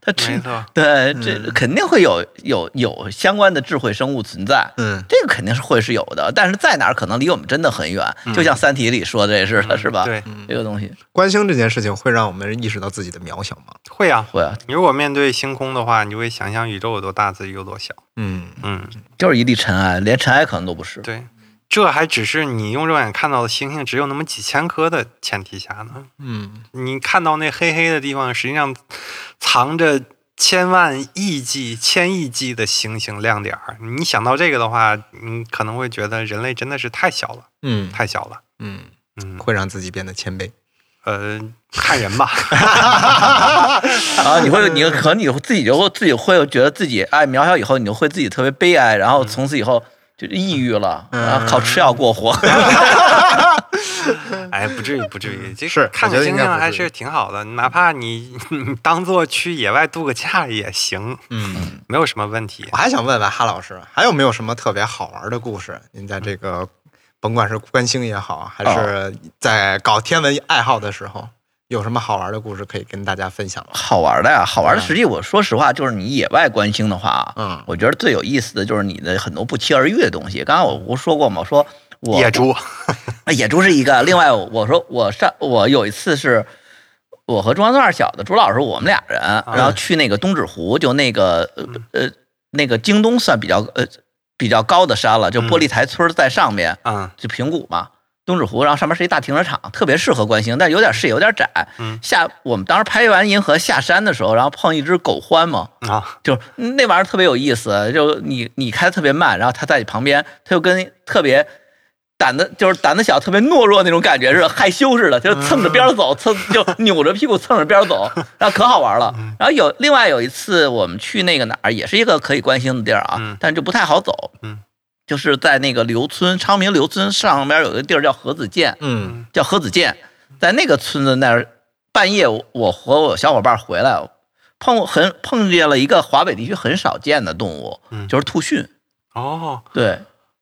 S4: 它
S3: 没
S4: 只
S3: 错。嗯
S4: 对这肯定会有有有相关的智慧生物存在。
S2: 嗯，
S4: 这个肯定是会是有的，但是在哪儿可能离我们真的很远，就像《三体》里说的这似的，是吧？
S3: 嗯对，嗯
S4: 这个东西
S2: 关心这件事情会让我们意识到自己的渺小吗？
S3: 会啊。
S4: 会啊，
S3: 你如果面对星空的话，你就会想象宇宙有多大，自己有多小。
S2: 嗯
S3: 嗯，
S4: 就是一粒尘埃，连尘埃可能都不是。
S3: 对，这还只是你用肉眼看到的星星只有那么几千颗的前提下呢。
S2: 嗯
S3: 你看到那黑黑的地方，实际上藏着千万亿计、千亿计的星星亮点儿。你想到这个的话，你可能会觉得人类真的是太小了，
S2: 嗯
S3: 太小了。
S2: 嗯，
S3: 嗯，
S2: 会让自己变得谦卑。
S3: 呃，看人 吧。
S4: 啊，你
S3: 嗯
S4: 会，你可能你自己就会自己会觉得自己哎渺小，以后你就会自己特别悲哀，然后
S3: 嗯
S4: 从此以后就抑郁了，然后靠吃药过活。
S3: 嗯哎，不至于，不至于，这
S2: 是
S3: 看
S2: 我觉
S3: 看
S2: 得应
S3: 星
S2: 该
S3: 星
S2: 不至于
S3: 还是挺好的，哪怕你 你当做去野外度个假也行，
S2: 嗯，
S3: 没有什么问题
S2: 我。还想问问哈老师，还有没有什么特别好玩的故事？您在这
S4: 嗯
S2: 个甭管是关心也好，还
S4: 哦
S2: 是在搞天文爱好的时候，有什么好玩的故事可以跟大家分享吗？
S4: 好玩的呀，好
S3: 嗯
S4: 玩的。实际我说实话，就是你野外观星的话啊，
S2: 嗯
S4: 我觉得最有意思的就是你的很多不期而遇的东西。刚刚我不说过吗？我说我
S3: 野猪，
S4: 啊野猪是一个。另外，我说我上我有一次是，我和中央二小的朱老师，我们俩人，然后去那个东指湖，就那个呃呃那个京东算比较呃比较高的山了，就玻璃台村在上面，
S3: 嗯
S4: 就平谷嘛。东指湖，然后上面是一大停车场，特别适合观星，但有点视野有点窄。
S3: 嗯
S4: 下我们当时拍完银河下山的时候，然后碰一只狗獾嘛，
S3: 啊，
S4: 就是那玩意儿特别有意思，就你你开得特别慢，然后他在你旁边，他就跟特别胆子就是胆子小、特别懦弱那种感觉似的，害羞似的，
S3: 嗯
S4: 就蹭着边 儿走，蹭就扭着屁股蹭着边儿走，然后可好玩了。
S3: 嗯
S4: 然后有另外有一次我们去那个哪儿，也是一个可以观星的地儿啊
S3: 嗯，
S4: 但是就不太好走。
S3: 嗯，
S4: 就是在那个刘村昌明刘村上边有个地儿叫河子涧，
S2: 嗯
S4: 叫何子健，在那个村子那儿，半夜我我和我小伙伴回来，碰很碰见了一个华北地区很少见的动物，
S3: 嗯
S4: 就是兔迅。
S3: 哦，
S4: 对，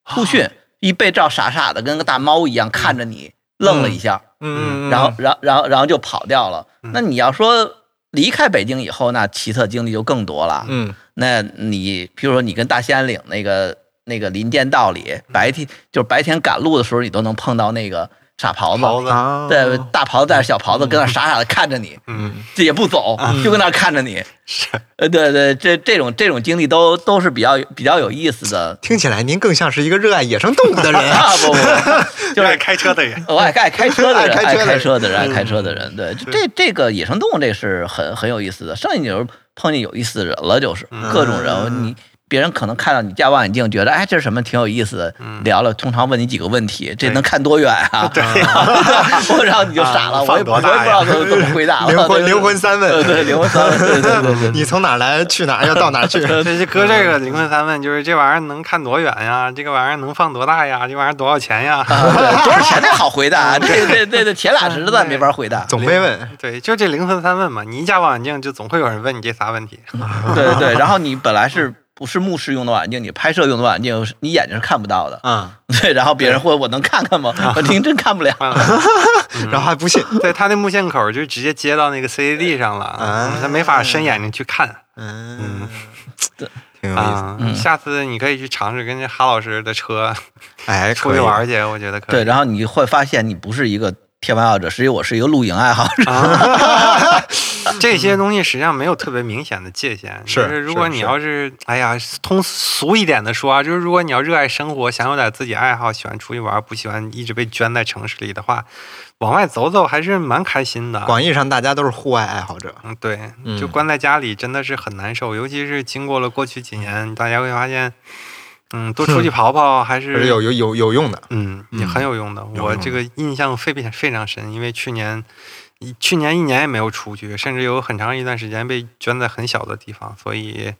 S4: 兔迅一被照傻傻的，跟个大猫一样看着你，愣了一下，
S3: 嗯嗯，嗯嗯
S4: 然后，然后，然后，然后就跑掉了。那你要说离开北京以后，那奇特经历就更多了。
S3: 嗯
S4: 那你比如说你跟大兴安岭那个那个林甸道里，白天就是白天赶路的时候，你都能碰到那个傻狍
S3: 袍
S4: 子，
S3: 子
S2: 啊，
S4: 对，大狍子带着小狍子跟那傻傻的看着你，
S3: 嗯
S4: 这也不走，就跟那看着你。
S3: 是
S4: 呃，对对，这这种这种经历都都是比较比较有意思的。
S2: 听起来您更像是一个热爱野生动物的 人。
S4: 啊 不不不，就是
S3: 爱开车的人，
S4: 我爱爱开车的人，
S2: 爱
S4: 爱
S2: 开车
S4: 开车的人，爱开车的人，对，就这这个野生动物这是很很有意思的。剩下你就是碰见有意思的人了，就是各种人，你别人可能看到你架望远镜，觉得哎这是什么挺有意思的，聊了，通常问你几个问题，这
S3: 对
S4: 能看多远啊？对， 我然后你就傻
S3: 啊
S4: 了，我也不我
S3: 放
S4: 也
S3: 多大
S4: 不知
S3: 呀
S4: 道怎么怎么回答了。
S2: 灵魂
S4: 啊对
S2: 灵魂三
S4: 对
S2: 问，
S4: 对灵魂三 问，对对对对
S2: 你从哪儿来，去哪儿，要到哪儿去？
S3: 这这搁这个灵魂三问就是这玩意儿能看多远呀？这个玩意儿能放多大呀？这玩意儿多少钱呀？
S2: 啊
S4: 对，多少钱这好回答，这这这这前俩实在没法回答。
S2: 总被问，
S3: 对，就这灵魂三问嘛，你一架望远镜就总会有人问你这仨问题。
S4: 对对对，然后你本来是不是目视用的望远镜，你拍摄用的望远镜，你眼睛是看不到的。
S2: 嗯，
S4: 对，然后别人会问我能看看吗？我听真看不了。
S2: 然后还不信，
S3: 对，他那木线口就直接接到那个 CCD 上了，
S2: 啊
S3: 嗯他没法伸眼睛去看
S2: 嗯，
S4: 对
S2: 挺有意思。
S3: 啊。
S4: 嗯
S3: 下次你可以去尝试跟这哈老师的车
S2: 哎，
S3: 出
S2: 可
S3: 去
S2: 以
S3: 玩儿去，我觉得可
S4: 对，
S3: 以。
S4: 然后你会发现你不是一个天文爱好者，实际我是一个露营爱好者。
S3: 这些东西实际上没有特别明显的界限。
S2: 是
S3: 就是如果
S2: 是
S3: 你
S2: 是
S3: 要是哎呀，通俗一点的说啊，就是如果你要热爱生活，想有点自己爱好，喜欢出去玩儿，不喜欢一直被圈在城市里的话，往外走走还是蛮开心的。
S2: 广义上大家都是户外爱好者，
S3: 嗯，对，
S2: 嗯
S3: 就关在家里真的是很难受，尤其是经过了过去几年，大家会发现，嗯，多出去跑跑还
S2: 是
S3: 是
S2: 有有有有用的。
S3: 嗯，也很有用的。
S2: 有
S3: 我
S2: 用
S3: 这
S2: 的
S3: 个印象非常非常深，因为去年一去年一年也没有出去，甚至有很长一段时间被圈在很小的地方，所以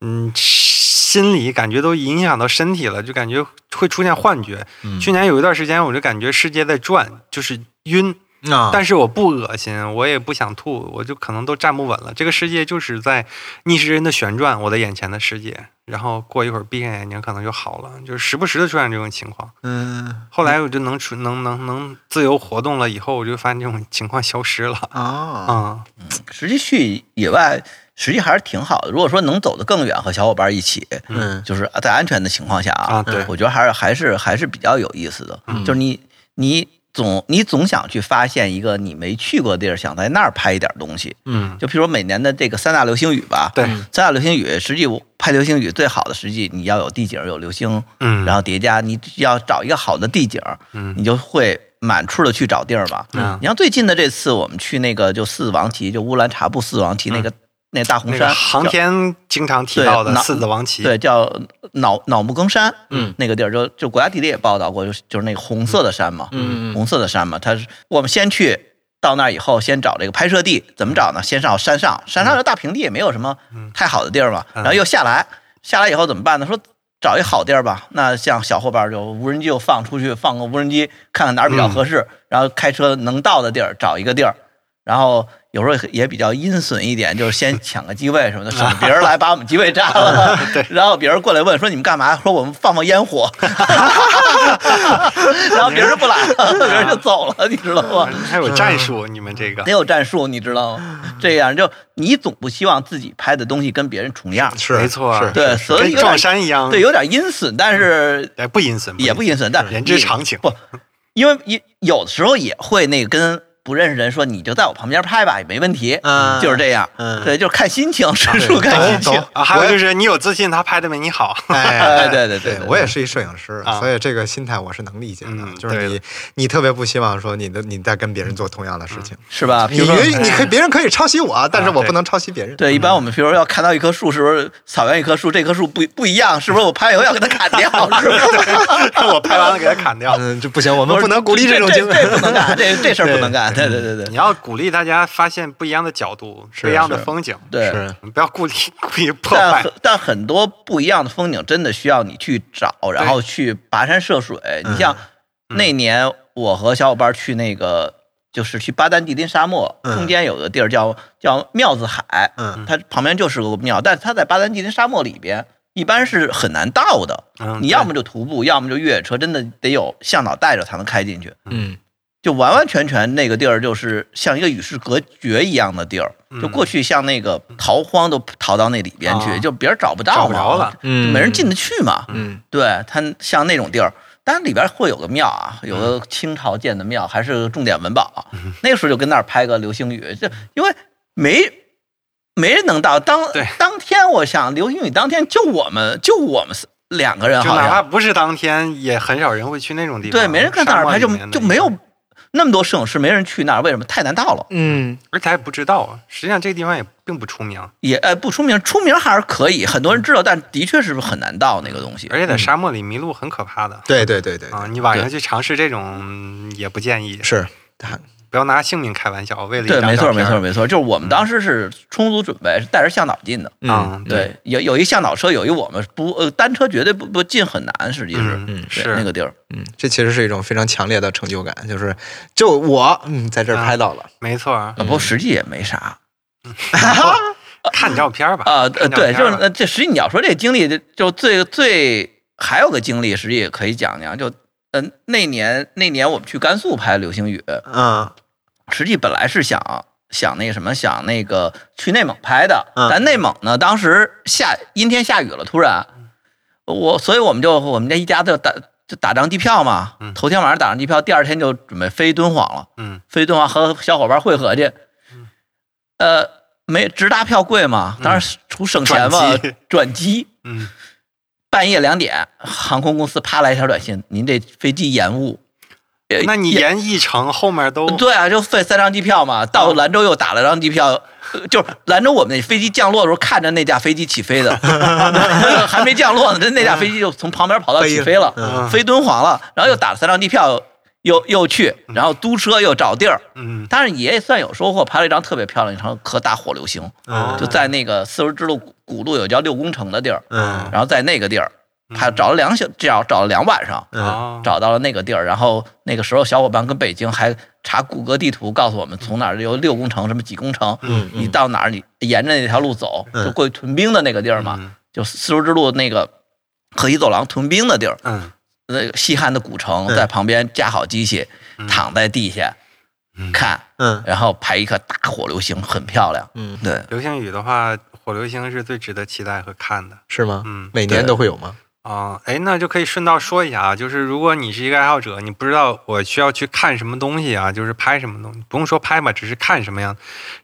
S3: 嗯，心里感觉都影响到身体了，就感觉会出现幻觉。
S2: 嗯
S3: 去年有一段时间，我就感觉世界在转，就是晕。
S2: 啊，
S3: 但是我不恶心，我也不想吐，我就可能都站不稳了。这个世界就是在逆时针的旋转，我的眼前的世界。然后过一会儿闭上眼睛，可能就好了，就是时不时的出现这种情况。
S2: 嗯
S3: 后来我就能出能能能自由活动了，以后我就发现这种情况消失了。
S2: 啊，
S3: 啊、
S4: 实际去野外，实际还是挺好的。如果说能走得更远，和小伙伴一起，
S2: 嗯
S4: 就是在安全的情况下
S3: 啊对
S4: 我觉得还是还是还是比较有意思的。
S2: 嗯
S4: 就是你你总你总想去发现一个你没去过的地儿，想在那儿拍一点东西。
S2: 嗯
S4: 就譬如每年的这个三大流星雨吧，
S3: 对，
S4: 三大流星雨，实际我拍流星雨最好的实际你要有地景有流星，
S3: 嗯，
S4: 然
S3: 后
S4: 后叠加，你要找一个好的地景，
S3: 嗯
S4: 你就会满处的去找地儿吧。
S3: 嗯
S4: 你像最近的这次，我们去那个就四王旗，就乌兰察布四王旗那个、那大
S3: 嗯
S4: 红
S3: 那
S4: 山
S3: 个，航天经常提
S4: 对
S3: 到的
S4: 脑
S3: 四子王旗，
S4: 叫对，叫脑脑木更山，
S2: 嗯，
S4: 那个地儿就就国家地理也报道过，就是就是那个红色的山嘛，
S2: 嗯嗯嗯
S4: 红色的山嘛，它是我们先去。到那儿以后，先找这个拍摄地，怎么找呢？先上山上，山上的大平地也没有什么
S3: 嗯
S4: 太好的地儿嘛。
S3: 嗯
S4: 然后又下来，下来以后怎么办呢？说找一好地儿吧。那像小伙伴就无人机就放出去，放个无人机看看哪
S2: 嗯
S4: 儿比较合适，然后开车能到的地儿找一个地儿。然后有时候也比较阴损一点，就是先抢个机位什么的，省得别人来把我们机位占 了。 然后别人过来问说你们干嘛？说我们放放烟火。 然后别人不来了，别人就走了，你知道吗？
S3: 啊还有战术，你们这个
S4: 得嗯有战术，你知道吗？这样就你总不希望自己拍的东西跟别人重样，
S2: 是
S3: 没错
S2: 是
S4: 对，所以
S3: 跟
S4: 有点
S3: 撞山一样，
S4: 对，有点阴损，但是
S3: 哎，不阴森，
S4: 也不阴损，但
S3: 人之常情
S4: 不，因为有有的时候也会那个跟不认识人说，你就在我旁边拍吧，也没问题，
S2: 嗯
S4: 就是这样，
S2: 嗯
S4: 对，就是看心情，实属看心情
S2: 懂，
S3: 啊。还有就是你有自信，他拍的没你 好。
S2: 哎
S4: 哎，。对对对，
S2: 对
S4: 对
S2: 我也是一摄影师，
S3: 啊
S2: 所以这个心态我是能理解的。
S3: 嗯
S2: 就是
S3: 对
S2: 你，你特别不希望说你的你在跟别人做同样的事情，
S4: 是吧？比
S2: 你
S4: 如说。
S2: 允许你可以别人可以抄袭我，啊但是我
S3: 对
S2: 不能抄袭别人。
S4: 对，一般我们比如说要看到一棵树，是不是草原一棵树，这棵树不不一样，是不是我拍以后要给它砍掉？是不是？
S3: 我拍完了给他砍 掉。
S2: 嗯，这不行， 我们不能鼓励这种
S4: 这
S2: 行为。
S4: 这 不能干，这这事儿不能干。对对对对
S2: 嗯
S3: 你要鼓励大家发现不一样的角度，不一样的
S4: 是
S3: 风景，
S4: 对，
S2: 是
S3: 不要故意故意破
S4: 但
S3: 坏
S4: 很。但很多不一样的风景真的需要你去找，然后去跋山涉水。
S3: 嗯
S4: 你像那年我和小伙伴去那个，就是去巴丹吉林沙漠，
S2: 嗯
S4: 中间有个地儿叫叫庙子海，
S2: 嗯
S4: 它旁边就是个庙，但是它在巴丹吉林沙漠里边。一般是很难到的，
S3: 嗯，
S4: 你
S3: 对
S4: 要么就徒步，要么就越野车，真的得有向导带着才能开进去。
S2: 嗯
S4: 就完完全全那个地儿就是像一个与世隔绝一样的地儿，
S3: 嗯
S4: 就过去像那个逃荒都逃到那里边去，
S2: 啊
S4: 就别人找不到
S3: 找
S4: 嘛，
S3: 不着了
S4: 就
S2: 嗯
S4: 没人进得去嘛。
S2: 嗯，
S4: 对，它像那种地儿，但里边会有个庙啊，有
S3: 嗯
S4: 个清朝建的庙，还是重点文保。那个时候就跟那儿拍个流星雨，就因为没没人能到当
S3: 对
S4: 当天，我想流星雨当天就我们就我们两个人，
S3: 就
S4: 好
S3: 哪
S4: 像
S3: 怕不是当天，也很少人会去那种地方。
S4: 对，没人看那
S3: 沙
S4: 儿
S3: 漠
S4: 拍，
S3: 里
S4: 就
S3: 面的
S4: 就没有那么多摄影师，没人去那儿，为什么？太难到了。
S2: 嗯，
S3: 而且还不知道啊。实际上这个地方也并不出名，
S4: 也呃不出名，出名还是可以，很多人知道，但的确是很难到那个东西。
S3: 而且在沙漠里迷路很可怕的
S2: 对对对对，
S3: 啊！你晚上去尝试这种也不建议，
S2: 是，
S3: 不要拿性命开玩笑。为了一
S4: 对，
S3: 张
S4: 没
S3: 照
S4: 错，
S3: 片
S4: 没错，。没错，就是我们当时是充足准备，是带着向导进的。
S2: 嗯，
S3: 嗯，
S4: 对，有有一向导车，有一我们不呃单车绝对不不进很难，实际是、
S3: 嗯，
S4: 对
S3: 是
S4: 那个地儿，
S2: 嗯，这其实是一种非常强烈的成就感，就是就我嗯在这儿拍到了，
S3: 没错 儿。
S4: 啊不过实际也没啥
S3: 看照片吧。
S4: 啊呃
S3: 看照
S4: 对，
S3: 片
S4: 就是
S3: 吧
S4: 呃这实际你要说这经历，就就最最还有个经历，实际也可以讲讲，就嗯、那年那年我们去甘肃拍流星雨，
S2: 嗯
S4: 实际本来是想想那个什么，想那个去内蒙拍的，
S2: 嗯
S4: 但内蒙呢，当时下阴天下雨了，突然
S3: 嗯
S4: 我，所以我们就我们这一家就打就打张机票嘛，
S3: 嗯
S4: 头天晚上打张机票，第二天就准备飞敦煌了，
S3: 嗯
S4: 飞敦煌和小伙伴会合去，呃，没直达票贵嘛，当然图省钱嘛
S3: 嗯转机，
S4: 转机。
S3: 嗯，
S4: 半夜两点，航空公司啪来一条短信：“您这飞机延误。呃”
S3: 那你沿一程后面都
S4: 对啊，就费三张机票嘛，到兰州又打了张机票， 呃就是兰州我们那飞机降落的时候看着那架飞机起飞的， 还没降落呢，这那架飞机就从旁边跑到起飞了，
S3: 嗯
S4: 飞敦煌了，然后又打了三张机票，又又去，然后租车又找地儿，
S3: 嗯
S4: 但是也算有收获，拍了一张特别漂亮一张颗大火流星，
S3: 哦
S4: 就在那个丝绸之路古古路有叫六公城的地儿，
S2: 嗯
S4: 然后在那个地儿拍
S3: 嗯
S4: 找了两小，找找了两晚上，
S2: 嗯
S3: 哦
S4: 找到了那个地儿，然后那个时候小伙伴跟北京还查谷歌地图，告诉我们从哪儿有六公城什么几公城，
S2: 嗯
S4: 你到哪儿你沿着那条路走，
S2: 嗯
S4: 就过去屯兵的那个地儿嘛，
S3: 嗯
S4: 就丝绸之路那个河西走廊屯兵的地儿，
S3: 嗯
S4: 那个西汉的古城
S2: 嗯
S4: 在旁边架好机器，
S3: 嗯
S4: 躺在地下
S3: 嗯
S4: 看，
S2: 嗯
S4: 然后拍一颗大火流星，很漂亮。
S2: 嗯，
S4: 对，
S3: 流星雨的话，火流星是最值得期待和看的。
S2: 是吗？
S3: 嗯
S2: 每年都会有吗？
S3: 啊，哎，那就可以顺道说一下啊，就是如果你是一个爱好者，你不知道我需要去看什么东西啊，就是拍什么东西，不用说拍吧，只是看什么样，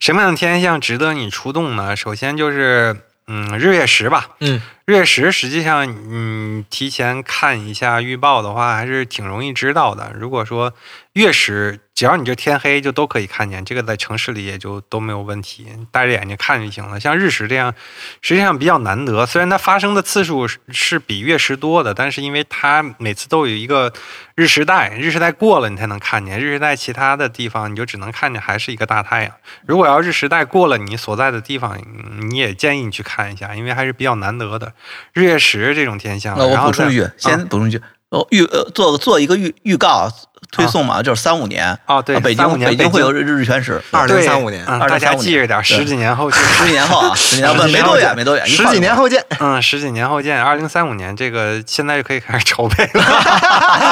S3: 什么样的天象值得你出动呢？首先就是，嗯，日月食吧。
S2: 嗯
S3: 日月食实际上，嗯，提前看一下预报的话，还是挺容易知道的。如果说月食，只要你这天黑就都可以看见，这个在城市里也就都没有问题，戴着眼睛看就行了。像日食这样，实际上比较难得，虽然它发生的次数是是比月食多的，但是因为它每次都有一个日食带，日食带过了你才能看见，日食带其他的地方你就只能看见还是一个大太阳。如果要日食带过了你所在的地方，嗯你也建议你去看一下，因为还是比较难得的日月食这种天象。
S4: 那我
S3: 然后
S4: 补充
S3: 再嗯
S4: 一句，先补充一句，哦预呃做做一个预预告推
S3: 啊
S4: 送嘛，就是三五年。
S3: 哦，对，
S4: 啊北
S3: 35
S4: 京
S3: 年
S4: 北
S3: 京
S4: 京会有日日全食，
S2: 二
S3: 对
S2: 2035年
S3: 嗯
S4: 2035
S3: 大家
S4: 年
S3: 记着点儿，
S4: 对
S3: 十几年后去。
S4: 十几年 后啊，十几年后没多远，没多远，一
S2: 十
S4: 块儿
S2: 几年后见。
S3: 嗯，十几年后见，二零三五年这个现在就可以开始筹备了。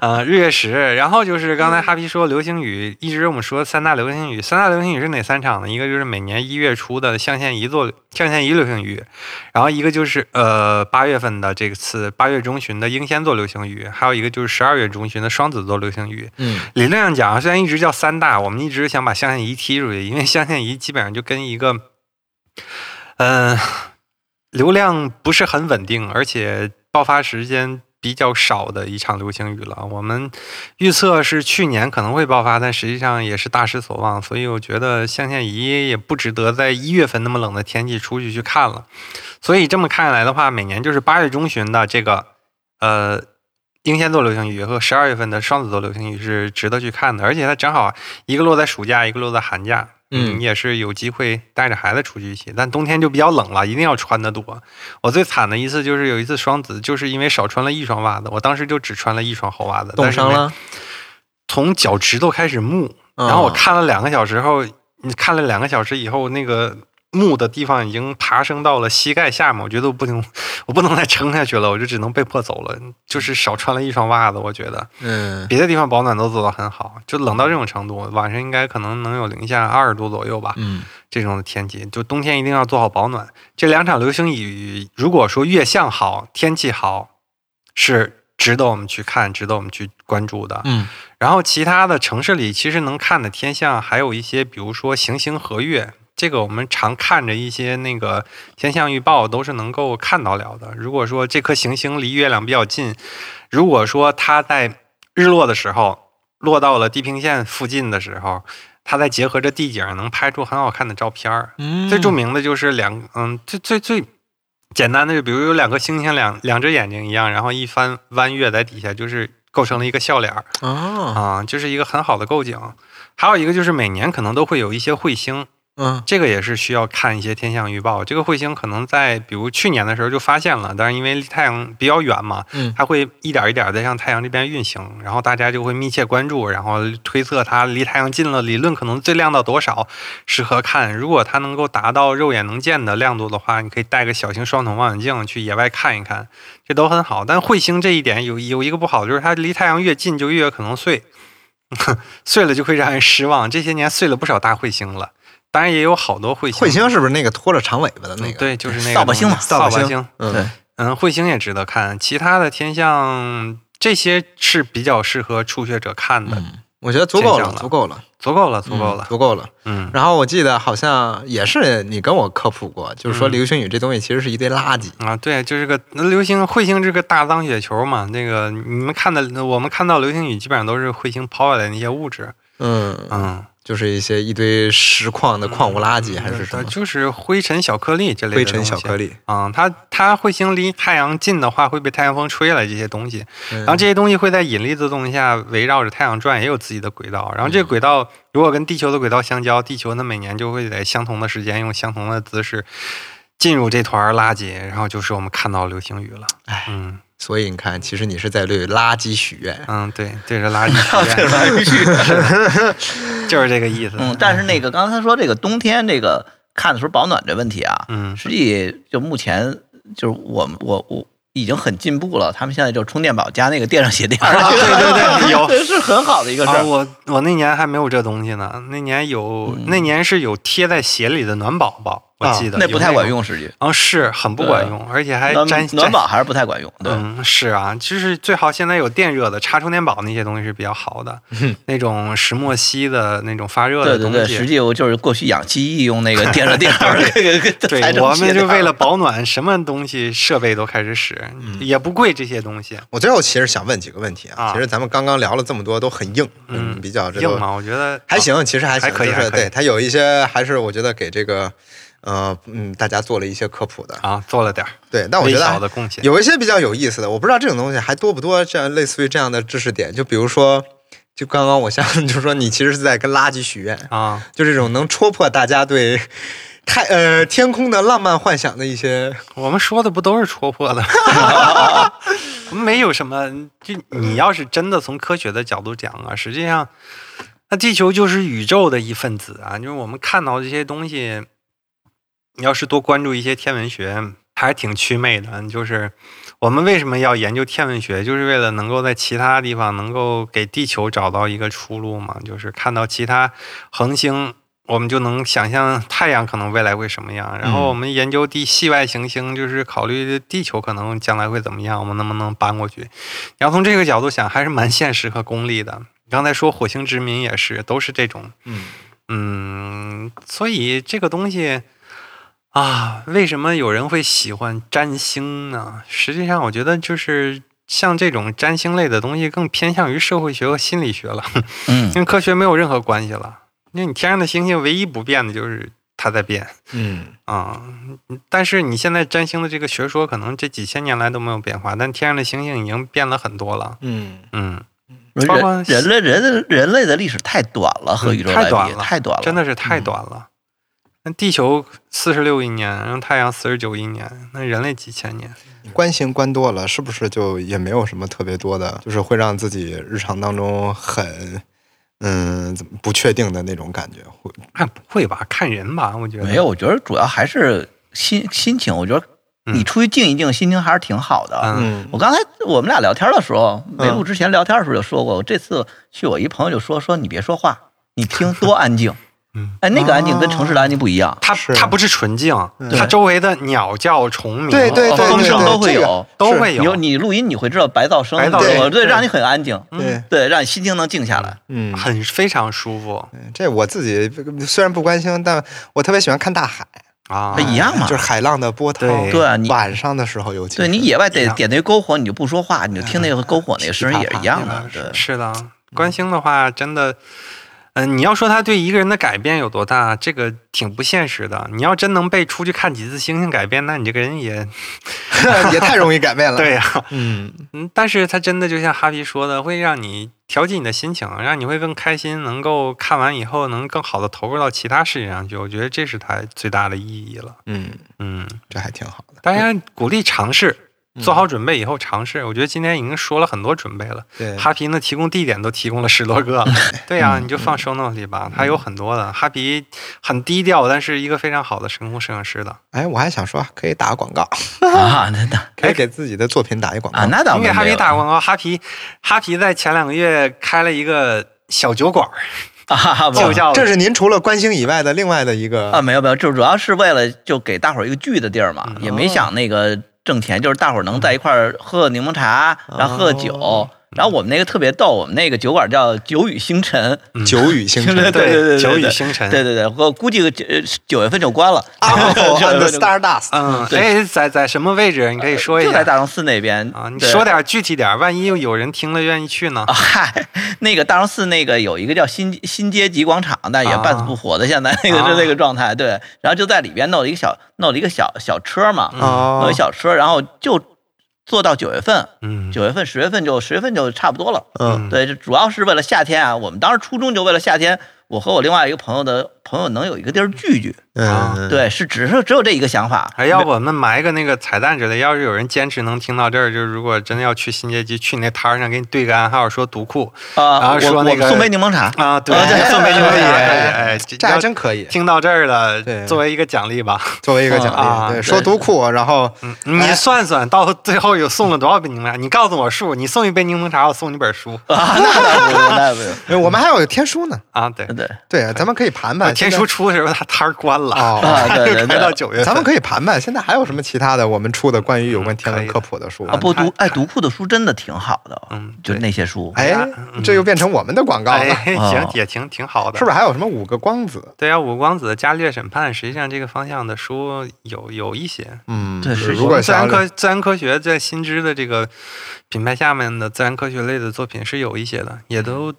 S3: 啊，日月食，然后就是刚才哈皮说流星雨，一直我们说三大流星雨，三大流星雨是哪三场呢？一个就是每年一月初的象限一座象限一流星雨，然后一个就是呃八月份的这次八月中旬的英仙座流星雨，还有一个就是十二月中旬的双子座流星雨。
S2: 嗯
S3: 理论上讲，虽然一直叫三大，我们一直想把象限仪踢出去，因为象限仪基本上就跟一个，嗯、流量不是很稳定，而且爆发时间比较少的一场流星雨了。我们预测是去年可能会爆发，但实际上也是大失所望，所以我觉得象限仪也不值得在一月份那么冷的天气出去去看了。所以这么看来的话，每年就是八月中旬的这个呃英仙座流星雨和十二月份的双子座流星雨是值得去看的，而且它正好一个落在暑假，一个落在寒假。
S2: 嗯
S3: 你也是有机会带着孩子出去一起，但冬天就比较冷了，一定要穿得多。我最惨的一次就是有一次双子，就是因为少穿了一双袜子，我当时就只穿了一双厚袜子，
S2: 冻伤，了。
S3: 从脚
S2: 嗯
S3: 趾头开始木，然后我看了两个小时后，你看了两个小时以后，那个木的地方已经爬升到了膝盖下面，我觉得我不能， 我不能再撑下去了，我就只能被迫走了。就是少穿了一双袜子，我觉得
S5: 嗯，
S3: 别的地方保暖都做得很好，就冷到这种程度，晚上应该可能能有零下二十度左右吧。
S5: 嗯，
S3: 这种天气，就冬天一定要做好保暖。这两场流星雨，如果说月相好，天气好，是值得我们去看，值得我们去关注的。
S5: 嗯，
S3: 然后其他的城市里，其实能看的天象还有一些，比如说行星合月，这个我们常看着一些那个天象预报都是能够看到了的。如果说这颗行星离月亮比较近，如果说它在日落的时候落到了地平线附近的时候，它再结合着地景，能拍出很好看的照片儿。
S5: 嗯
S3: 最著名的就是两，嗯，最最最简单的，就比如有两颗星星两两只眼睛一样，然后一翻弯月在底下，就是构成了一个笑脸儿
S2: 哦
S5: 啊，
S3: 啊，就是一个很好的构景。还有一个就是每年可能都会有一些彗星，
S5: 嗯
S3: 这个也是需要看一些天象预报。这个彗星可能在比如去年的时候就发现了，但是因为离太阳比较远嘛，
S5: 嗯
S3: 它会一点一点的向太阳这边运行，然后大家就会密切关注，然后推测它离太阳近了，理论可能最亮到多少适合看。如果它能够达到肉眼能见的亮度的话，你可以带个小型双筒望远镜去野外看一看，这都很好。但彗星这一点有有一个不好，就是它离太阳越近就越有可能碎， 碎了就会让人失望。这些年碎了不少大彗星了，当然也有好多彗星。嗯
S2: 彗星是不是那个拖着长尾巴的那个？
S3: 对，就是那个
S4: 扫把星嘛
S3: 东西扫把
S2: 扫把星
S3: 星。
S4: 对
S2: 嗯，
S3: 嗯，彗星也值得看，其他的天象这些是比较适合初学者看的，
S5: 嗯
S2: 我觉得足够
S3: 这
S2: 了
S3: 样，了
S2: 足够了，
S3: 足够了，足够
S2: 嗯。
S3: 了
S2: 足够了。
S3: 嗯，
S2: 然后我记得好像也是你跟我科普过，就是说
S3: 嗯
S2: 流星雨这东西其实是一堆垃圾。
S3: 啊，对，就是个那流星彗星这个大脏雪球嘛，那个你们看的，我们看到流星雨基本上都是彗星抛下来的那些物质，
S2: 嗯，
S3: 嗯，
S2: 就是一些一堆石矿的矿物垃圾还是什
S3: 对
S2: 么
S3: 就是灰尘小颗粒这类的
S2: 灰尘小
S3: 东西
S2: 颗。粒。
S3: 嗯，它它彗星离太阳近的话，会被太阳风吹来这些东西，
S2: 然
S3: 然后这些东西会在引力作动下围绕着太阳转，也有自己的轨道。然后这个轨道如果跟地球的轨道相交，地球呢每年就会在相同的时间用相同的姿势进入这团垃圾，然后就是我们看到流星雨了。
S2: 哎
S3: 嗯
S2: 所以你看，其实你是在对垃圾许愿。
S3: 嗯，对，对着垃圾 实验就是这个意思。
S4: 嗯，但是那个刚才他说这个冬天这个看的时候保暖这问题啊，
S3: 嗯
S4: 实际就目前就是我们我我已经很进步了，他们现在就充电宝加那个电上鞋垫 儿，
S3: 啊对对 对，有。
S4: 这是很好的一个事
S3: 哎啊，
S4: 儿。
S3: 我我那年还没有这东西呢，那年有、那年是有贴在鞋里的暖宝宝，我
S2: 啊
S3: 记得、
S4: 嗯那不太管
S3: 用。
S4: 用，实际
S3: 啊，是很不管
S4: 对
S3: 用，而且还
S4: 暖
S3: 沾
S4: 暖
S3: 沾
S4: 宝还是不太管用。对，
S3: 嗯，是啊，就是最好现在有电热的，插充电宝那些东西是比较好的，那种石墨烯的那种发热
S4: 嗯对
S3: 的
S4: 对
S3: 东
S4: 对，
S3: 西。
S4: 实际我就是过去养蜥蜴用那个电热垫儿， 给给给裁
S3: 对，
S4: 成
S3: 我
S4: 鞋
S3: 们就
S4: 垫儿
S3: 为了保暖，什么东西设备都开始使，
S4: 嗯
S3: 也不贵这些东西。
S2: 我最后其实想问几个问题啊，
S3: 啊
S2: 其实咱们刚刚聊了这么多，都很硬，
S3: 嗯
S2: 比较这
S3: 硬
S2: 个
S3: 吗？我觉得
S2: 还
S3: 啊
S2: 行，其实还行，
S3: 还可以
S2: 就
S3: 还
S2: 是
S3: 可以
S2: 对它有一些还是我觉得给这个呃嗯大家做了一些科普的，
S3: 啊，做了点儿
S2: 对，但我觉
S3: 微
S2: 得
S3: 小
S2: 还
S3: 的贡献。
S2: 有一些比较有意思的，我不知道这种东西还多不多，这样类似于这样的知识点，就比如说。就刚刚我像 就是说，你其实是在跟垃圾许愿，
S3: 啊，
S2: 就这种能戳破大家对 太呃天空的浪漫幻想的一些
S3: 我们说的不都是戳破的？ 没有什么，就你要是真的从科学的角度讲啊，实际上，那地球就是宇宙的一份子啊。就是我们看到这些东西，你要是多关注一些天文学，还挺祛魅的。就是我们为什么要研究天文学，就是为了能够在其他地方能够给地球找到一个出路嘛。就是看到其他恒星。我们就能想象太阳可能未来会什么样，然后我们研究地系外行星，就是考虑地球可能将来会怎么样，我们能不能搬过去？你要从这个角度想，还是蛮现实和功利的。你刚才说火星殖民也是，都是这种，
S2: 嗯
S3: 嗯，所以这个东西啊，为什么有人会喜欢占星呢？实际上，我觉得就是像这种占星类的东西，更偏向于社会学和心理学了。
S4: 嗯，
S3: 跟科学没有任何关系了。那你天上的星星唯一不变的就是它在变
S2: 嗯
S3: 啊、但是你现在占星的这个学说，可能这几千年来都没有变化，但天上的星星已经变了很多了。
S2: 嗯
S3: 嗯，包括嗯
S4: 人人类人类人类的历史太短了，和宇宙来
S3: 太
S4: 比
S3: 短了，
S4: 太短了，嗯
S3: 真的是太短了。那地球四十六亿年，然后太阳四十九亿年，那人类几千年。
S2: 关心关多了，是不是就也没有什么特别多的，就是会让自己日常当中很嗯怎么不确定的那种感觉，会
S3: 看不会吧？看人吧，我觉得
S4: 没有，我觉得主要还是心心情。我觉得你
S3: 嗯
S4: 出去静一静，心情还是挺好的。
S3: 嗯
S2: 嗯
S4: 我刚才我们俩聊天的时候，没
S2: 嗯
S4: 录之前聊天的时候就说过，我这次去我一朋友就说说你别说话，你听多安静。
S3: 嗯，
S4: 哎，那个安静跟城市的安静不一样。
S3: 它
S2: 是
S3: 它不是纯净，它周围的鸟叫、虫鸣，
S2: 对对对对，
S4: 哦风声
S2: 对
S4: 都会
S2: 这个
S4: 有
S3: 都
S2: 是
S3: 会
S4: 你
S3: 有。
S4: 你录音你会知道白噪声，
S3: 白
S2: 声
S3: 噪
S4: 对
S3: 对嗯
S4: 对，让你很安静，
S2: 嗯对，
S4: 对，让你心情能静下来。
S2: 嗯，
S3: 很非常舒服
S2: 这我自己虽然不关心，但我特别喜欢看大海，
S3: 啊
S4: 哎，一样嘛
S2: 就是海浪的波涛。
S3: 对
S4: 对啊你
S2: 晚上的时候尤其
S4: 对
S2: 是
S4: 你 野外得
S3: 一样
S4: 点那篝火，你就不说话，你就听那个篝火那个声儿也是一样的。对，
S3: 是的，观星的话，真的，嗯、你要说它对一个人的改变有多大，这个挺不现实的。你要真能被出去看几次星星改变，那你这个人也
S2: 也太容易改变了。
S3: 对，呀、
S2: 嗯，
S3: 嗯，但是它真的就像哈皮说的，会让你调节你的心情，让你会更开心，能够看完以后能更好的投入到其他事情上去。我觉得这是它最大的意义了。
S2: 嗯，
S3: 嗯，
S2: 这还挺好的。
S3: 大家鼓励尝试，
S2: 嗯
S3: 做好准备以后尝试。我觉得今天已经说了很多准备了。
S2: 对，
S3: 哈皮呢提供地点都提供了十多 个，对呀、
S4: 嗯
S3: 你就放 show note 里吧，它有很多的。哈皮很低调，但是一个非常好的声控摄影师的。
S2: 哎，我还想说，可以打个广告，
S4: 啊，那 那
S2: 可以给自己的作品打一广告
S4: 啊，那倒
S3: 你
S4: 没
S3: 给
S4: 有。
S3: 哈皮打广告，哈皮哈皮在前两个月开了一个小酒馆儿，
S4: 啊，
S3: 就叫
S2: 这是您除了关心以外的另外的一个
S4: 啊，没有没有，就是主要是为了就给大伙儿一个聚的地儿嘛，
S3: 嗯
S4: 也没想那个挣钱，就是大伙儿能在一块儿喝柠檬茶，然后喝酒。
S2: 哦
S4: 然后我们那个特别逗，我们那个酒馆叫“九雨星辰
S3: 嗯
S2: 九雨星辰
S4: 对对对对
S3: 九
S4: 对
S3: 雨
S4: 对
S3: 星”，辰，
S4: 对对对，我估计九九月份就关了。
S3: 啊
S2: Apple
S3: 哦
S4: 这
S2: and
S4: 个
S2: Stardust。
S3: 嗯，
S4: 对呃
S3: 哎，在在什么位置？你可以说一
S4: 就
S3: 下
S4: 在大荣寺那边
S3: 啊，你
S4: 对啊
S3: 说点具体点儿，万一有人听了愿意去呢？
S4: 嗨，那个大荣寺那个有一个叫新新街集广场，但也半死不活的，现在那个
S3: 啊
S4: 是那个状态。对，然后就在里边弄了一个小弄了一个小小车嘛，
S3: 嗯
S4: 弄
S2: 哦
S4: 一，小车，然后就做到九月份，
S3: 嗯，
S4: 九月份、十月份就十月份就差不多了。
S3: 啊
S2: 嗯
S4: 对，这主要是为了夏天啊。我们当时初中就为了夏天，我和我另外一个朋友的朋友能有一个地儿聚聚。
S3: 啊
S2: 嗯，
S4: 对，是只是只有这一个想法。
S3: 哎，要不我们埋个那个彩蛋之类，要是有人坚持能听到这儿，就是如果真的要去新街区，去你那摊儿上给你对个暗号，说独库然
S4: 啊，
S3: 后
S4: 我
S3: 说那
S4: 我
S3: 个
S4: 们送杯柠檬茶。
S3: 啊，对
S2: 哦
S4: 啊对，
S3: 送给你们
S2: 可以
S3: 哎哎，
S2: 这还
S3: 要
S2: 真可以，
S3: 听到这儿
S2: 对
S3: 了，作为一个奖 励吧。
S2: 作为一个奖
S3: 啊
S2: 励，对，
S4: 对
S2: 说读库，然后
S3: 嗯，
S2: 哎
S3: 你算算到最后有送了多少杯柠檬茶？你告诉我数，你送一杯柠檬茶，我送你本书
S2: 呃
S4: 啊，那倒不用，那倒不 用。
S2: 哎我们还有天书呢，
S3: 啊。对，
S4: 对
S2: 对啊，咱们可以盘盘
S3: 天
S2: 现在
S3: 书出的时候，他摊儿关了，
S2: 哦。
S4: 啊，对对
S3: 开到
S4: 对。
S3: 九月份。
S2: 咱们可以盘盘，现在还有什么其他的我们出的关于有关天文科普的书
S4: 啊，
S2: 吗？
S4: 不读哎，读库的书真的挺好的，哦
S3: 嗯
S4: 就那些书。
S2: 哎，这又变成我们的广告了，
S3: 哎，行
S4: 啊，
S3: 也挺挺好
S2: 哦
S3: 的，
S2: 是不是？还有什么五个光子？
S3: 对啊，五光子的伽利略审判，实际上这个方向的书有有一些。
S2: 嗯，
S4: 对是
S2: 如果
S3: 自然
S2: 想
S3: 科自然科学在新知的这个品牌下面的自然科学类的作品是有一些的，也都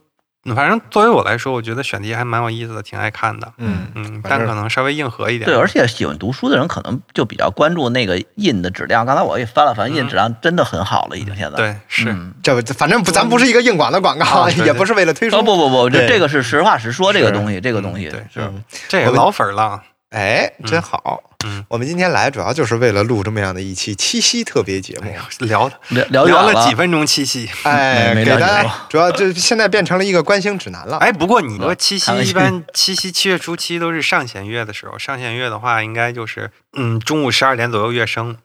S3: 反正作为我来说，我觉得选题还蛮有意思的，挺爱看的。
S2: 嗯，
S3: 嗯，
S2: 反
S3: 但
S2: 正
S3: 可能稍微硬核一点。
S4: 对，而且喜欢读书的人可能就比较关注那个印的质量。刚才我也翻了翻，印质量真的很好了，已经现
S3: 嗯
S4: 在。
S3: 对是
S4: 嗯
S2: 这不反正不，咱不是一个硬广的广告，
S3: 啊对对
S2: 也不是为了推
S4: 哦
S2: 书。
S4: 不不不，这
S2: 对
S4: 这个是实话实说，这个
S2: 是
S4: 东西，这个东西
S3: 对
S4: 是
S2: 嗯
S3: 这也
S2: 我们
S3: 老粉儿了，
S2: 哎，真好。
S3: 嗯
S2: 我们今天来主要就是为了录这么样的一期七夕特别节
S3: 嗯
S2: 目，
S3: 聊的
S4: 聊聊远
S3: 聊了几分钟七夕。
S2: 哎，
S4: 没
S2: 给
S4: 没了
S2: 大
S4: 解
S2: 家
S4: 过
S2: 主要就现在变成了一个观星指南了。
S3: 哎，不过你说七夕
S4: 开玩笑
S3: 一般七夕七月初七都是上弦月的时候，上弦月的话应该就是嗯中午十二点左右月升，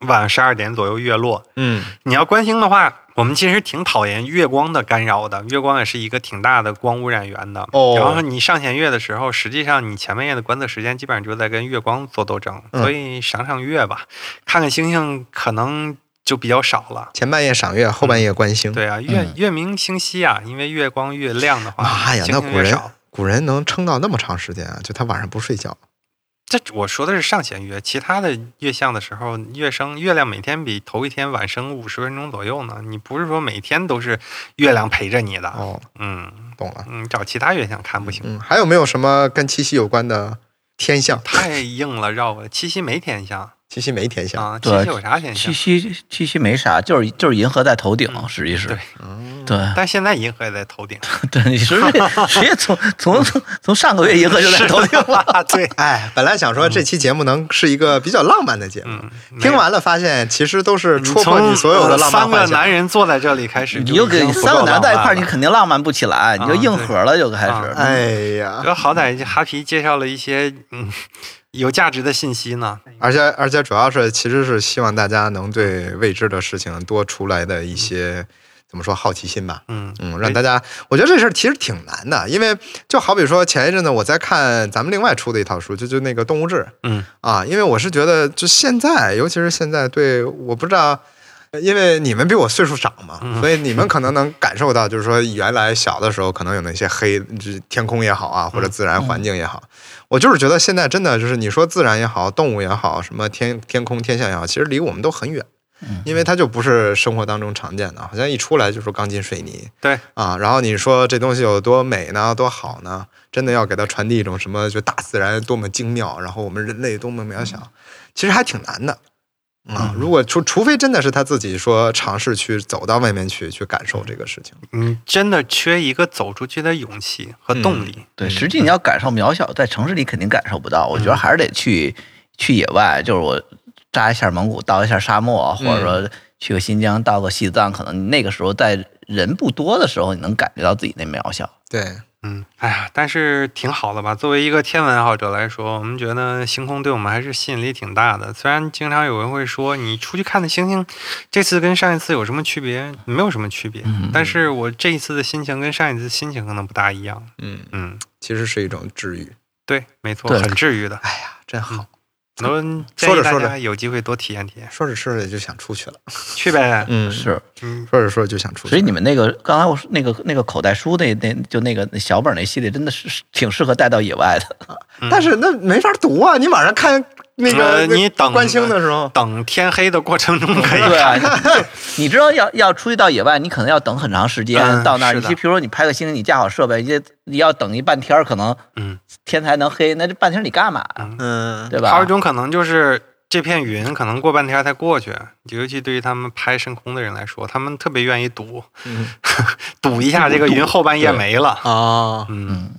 S3: 晚上十二点左右月落。
S2: 嗯，
S3: 你要观星的话，我们其实挺讨厌月光的干扰的，月光也是一个挺大的光污染源的。
S2: 哦
S3: 然后你上弦月的时候，实际上你前半夜的观测时间基本上就在跟月光做斗争，
S2: 嗯
S3: 所以赏赏月吧，看看星星可能就比较少了。
S2: 前半夜赏月，后半夜观星。，
S3: 对啊，月、
S4: 嗯
S3: 月明星稀啊，因为月光越亮的话，
S2: 妈哎呀，
S3: 星
S2: 那
S3: 星
S2: 古
S3: 越
S2: 人
S3: 少。
S2: 古人能撑到那么长时间啊？就他晚上不睡觉。
S3: 这我说的是上弦月，其他的月相的时候，月升月亮每天比头一天晚升五十分钟左右呢。你不是说每天都是月亮陪着你的？
S2: 哦，
S3: 嗯。
S2: 懂了。
S3: 嗯，找其他月相看不行，
S2: 嗯，还有没有什么跟七夕有关的天象？
S3: 太硬了，绕了。七夕没天象
S2: 七夕没天象。
S3: 啊，七
S4: 对
S3: 夕有啥天
S4: 七
S3: 象？
S4: 夕七夕没啥，就是就是银河在头顶，实际是
S3: 对。
S2: 嗯，
S4: 对
S3: 但现在银河也在头顶，
S4: 对，你说 这谁也从从从从上个月银河就在头顶了，
S3: 啊，对，
S2: 哎，本来想说这期节目能是一个比较浪漫的节目，
S3: 嗯
S2: 听完了发现其实都是戳破你
S3: 从呃
S2: 所有的浪漫
S3: 三个
S2: 幻想。
S3: 男人坐在这里开始，
S4: 你就给三个男的在一块儿，你肯定浪漫不起来，你就
S3: 啊
S4: 硬
S3: 对
S4: 核了，就开
S3: 啊
S4: 始。
S2: 哎呀，
S3: 这好歹哈皮介绍了一些嗯有价值的信息呢，
S2: 而且而且主要是其实是希望大家能对未知的事情多出来的一些怎么说好奇心吧。
S3: 嗯
S2: 嗯，让大家，我觉得这事儿其实挺难的，因为就好比说前一阵子我在看咱们另外出的一套书，就就那个《动物志》，
S3: 嗯
S2: 啊，因为我是觉得就现在，尤其是现在，对，我不知道，呃因为你们比我岁数长嘛，
S3: 嗯
S2: 所以你们可能能感受到，就是说原来小的时候可能有那些黑，就是天空也好啊，
S3: 嗯
S2: 或者自然环境也好，我就是觉得现在真的就是你说自然也好，动物也好，什么天天空天象也好，其实离我们都很远。
S3: 嗯
S2: 因为它就不是生活当中常见的，好像一出来就说钢筋水泥，
S3: 对
S2: 啊，然后你说这东西有多美呢，多好呢？真的要给它传递一种什么，就大自然多么精妙，然后我们人类多么渺小，其实还挺难的啊。如果除除非真的是他自己说尝试去走到外面去，去感受这个事情。
S3: 你真的缺一个走出去的勇气和动力，
S2: 嗯
S4: 对，实际你要感受渺小，在城市里肯定感受不到。我觉得还是得去去野外，就是我扎一下蒙古，到一下沙漠，或者
S2: 嗯
S4: 说去个新疆，到个西藏，可能那个时候在人不多的时候，你能感觉到自己那渺小。
S2: 对，
S3: 嗯，哎呀，但是挺好的吧？作为一个天文爱好者来说，我们觉得星空对我们还是吸引力挺大的。虽然经常有人会说，你出去看的星星，这次跟上一次有什么区别？没有什么区别。
S2: 嗯
S3: 但是我这一次的心情跟上一次心情可能不大一样。
S2: 嗯，
S3: 嗯，
S2: 其实是一种治愈。
S3: 对，没错，
S4: 对
S3: 很治愈的。
S2: 哎呀，真好，
S3: 很多人建
S2: 说着
S3: 议大
S2: 说着
S3: 家有机会多体验体验，
S2: 说着说着就想出去了。
S3: 去呗。
S2: 嗯，
S4: 是，
S3: 嗯，
S2: 说着说着就想出去了。
S4: 所以你们那个刚才我说那个那个口袋书那那就那个小本那系列，真的是是挺适合带到野外的。
S2: 但是那没法读啊，你晚上看那个、
S3: 呃你等
S2: 观星的时候，
S3: 等天黑的过程中可以
S4: 对啊， 你你知道要要出去到野外，你可能要等很长时间、
S3: 嗯
S4: 到那儿。
S3: 是
S4: 你
S3: 的
S4: 去，比如说你拍个星星，你架好设备，你得你要等一半天儿，可能
S3: 嗯
S4: 天才能黑。那这半天儿你干嘛？
S3: 嗯
S2: 嗯，
S4: 对
S3: 还有
S4: 吧
S3: 一？种可能就是这片云可能过半天才过去，尤其对于他们拍深空的人来说，他们特别愿意赌，
S2: 嗯
S3: 赌一下这个云后半夜没了。
S2: 啊，
S3: 嗯
S4: 嗯，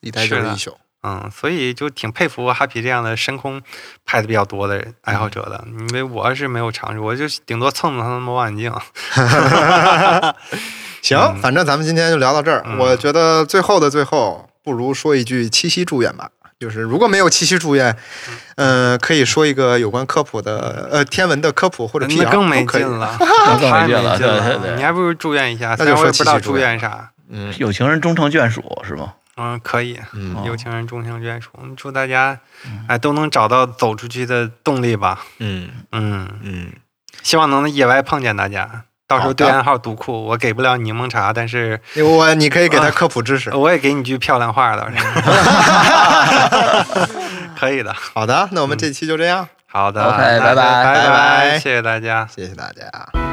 S2: 一待就是
S3: 是
S2: 一
S3: 的
S2: 宿。
S3: 嗯，所以就挺佩服哈皮这样的深空拍的比较多的人爱好者的，因为我是没有尝试，我就顶多蹭蹭他们望远镜。
S2: 行，反正咱们今天就聊到这儿。
S3: 嗯
S2: 我觉得最后的最后，不如说一句七夕祝愿吧。就是如果没有七夕祝愿，嗯、可以说一个有关科普的呃天文的科普或者辟
S3: 嗯那
S2: 谣
S3: 更没
S2: 都可以
S3: 劲。了，
S4: 那更
S3: 太
S4: 没劲了
S3: 没劲
S4: 对对对
S3: 你还不如住院一下，
S2: 那
S3: 虽
S2: 就
S3: 然我
S2: 说
S3: 也不知道
S2: 七夕祝
S3: 住院啥。
S2: 嗯
S4: 有情人终成眷属是吗？
S3: 嗯，可以，
S2: 嗯
S4: 哦
S3: 有情人终成眷属。祝大家，哎，都能找到走出去的动力吧。
S2: 嗯
S3: 嗯，
S2: 嗯，
S3: 希望能在野外碰见大家。到时
S2: 好
S3: 候
S2: 的
S3: 对暗号读库，我给不了柠檬茶，但是
S2: 我你可以给
S3: 啊
S2: 他科普知识。
S3: 我也给你句漂亮话倒是。 可以的，嗯
S2: 好的，那我们这期就这样，
S3: 好的
S4: OK，
S3: 那就
S4: 拜拜
S3: 拜
S2: 拜拜
S3: 谢谢大家。
S2: 谢谢大家。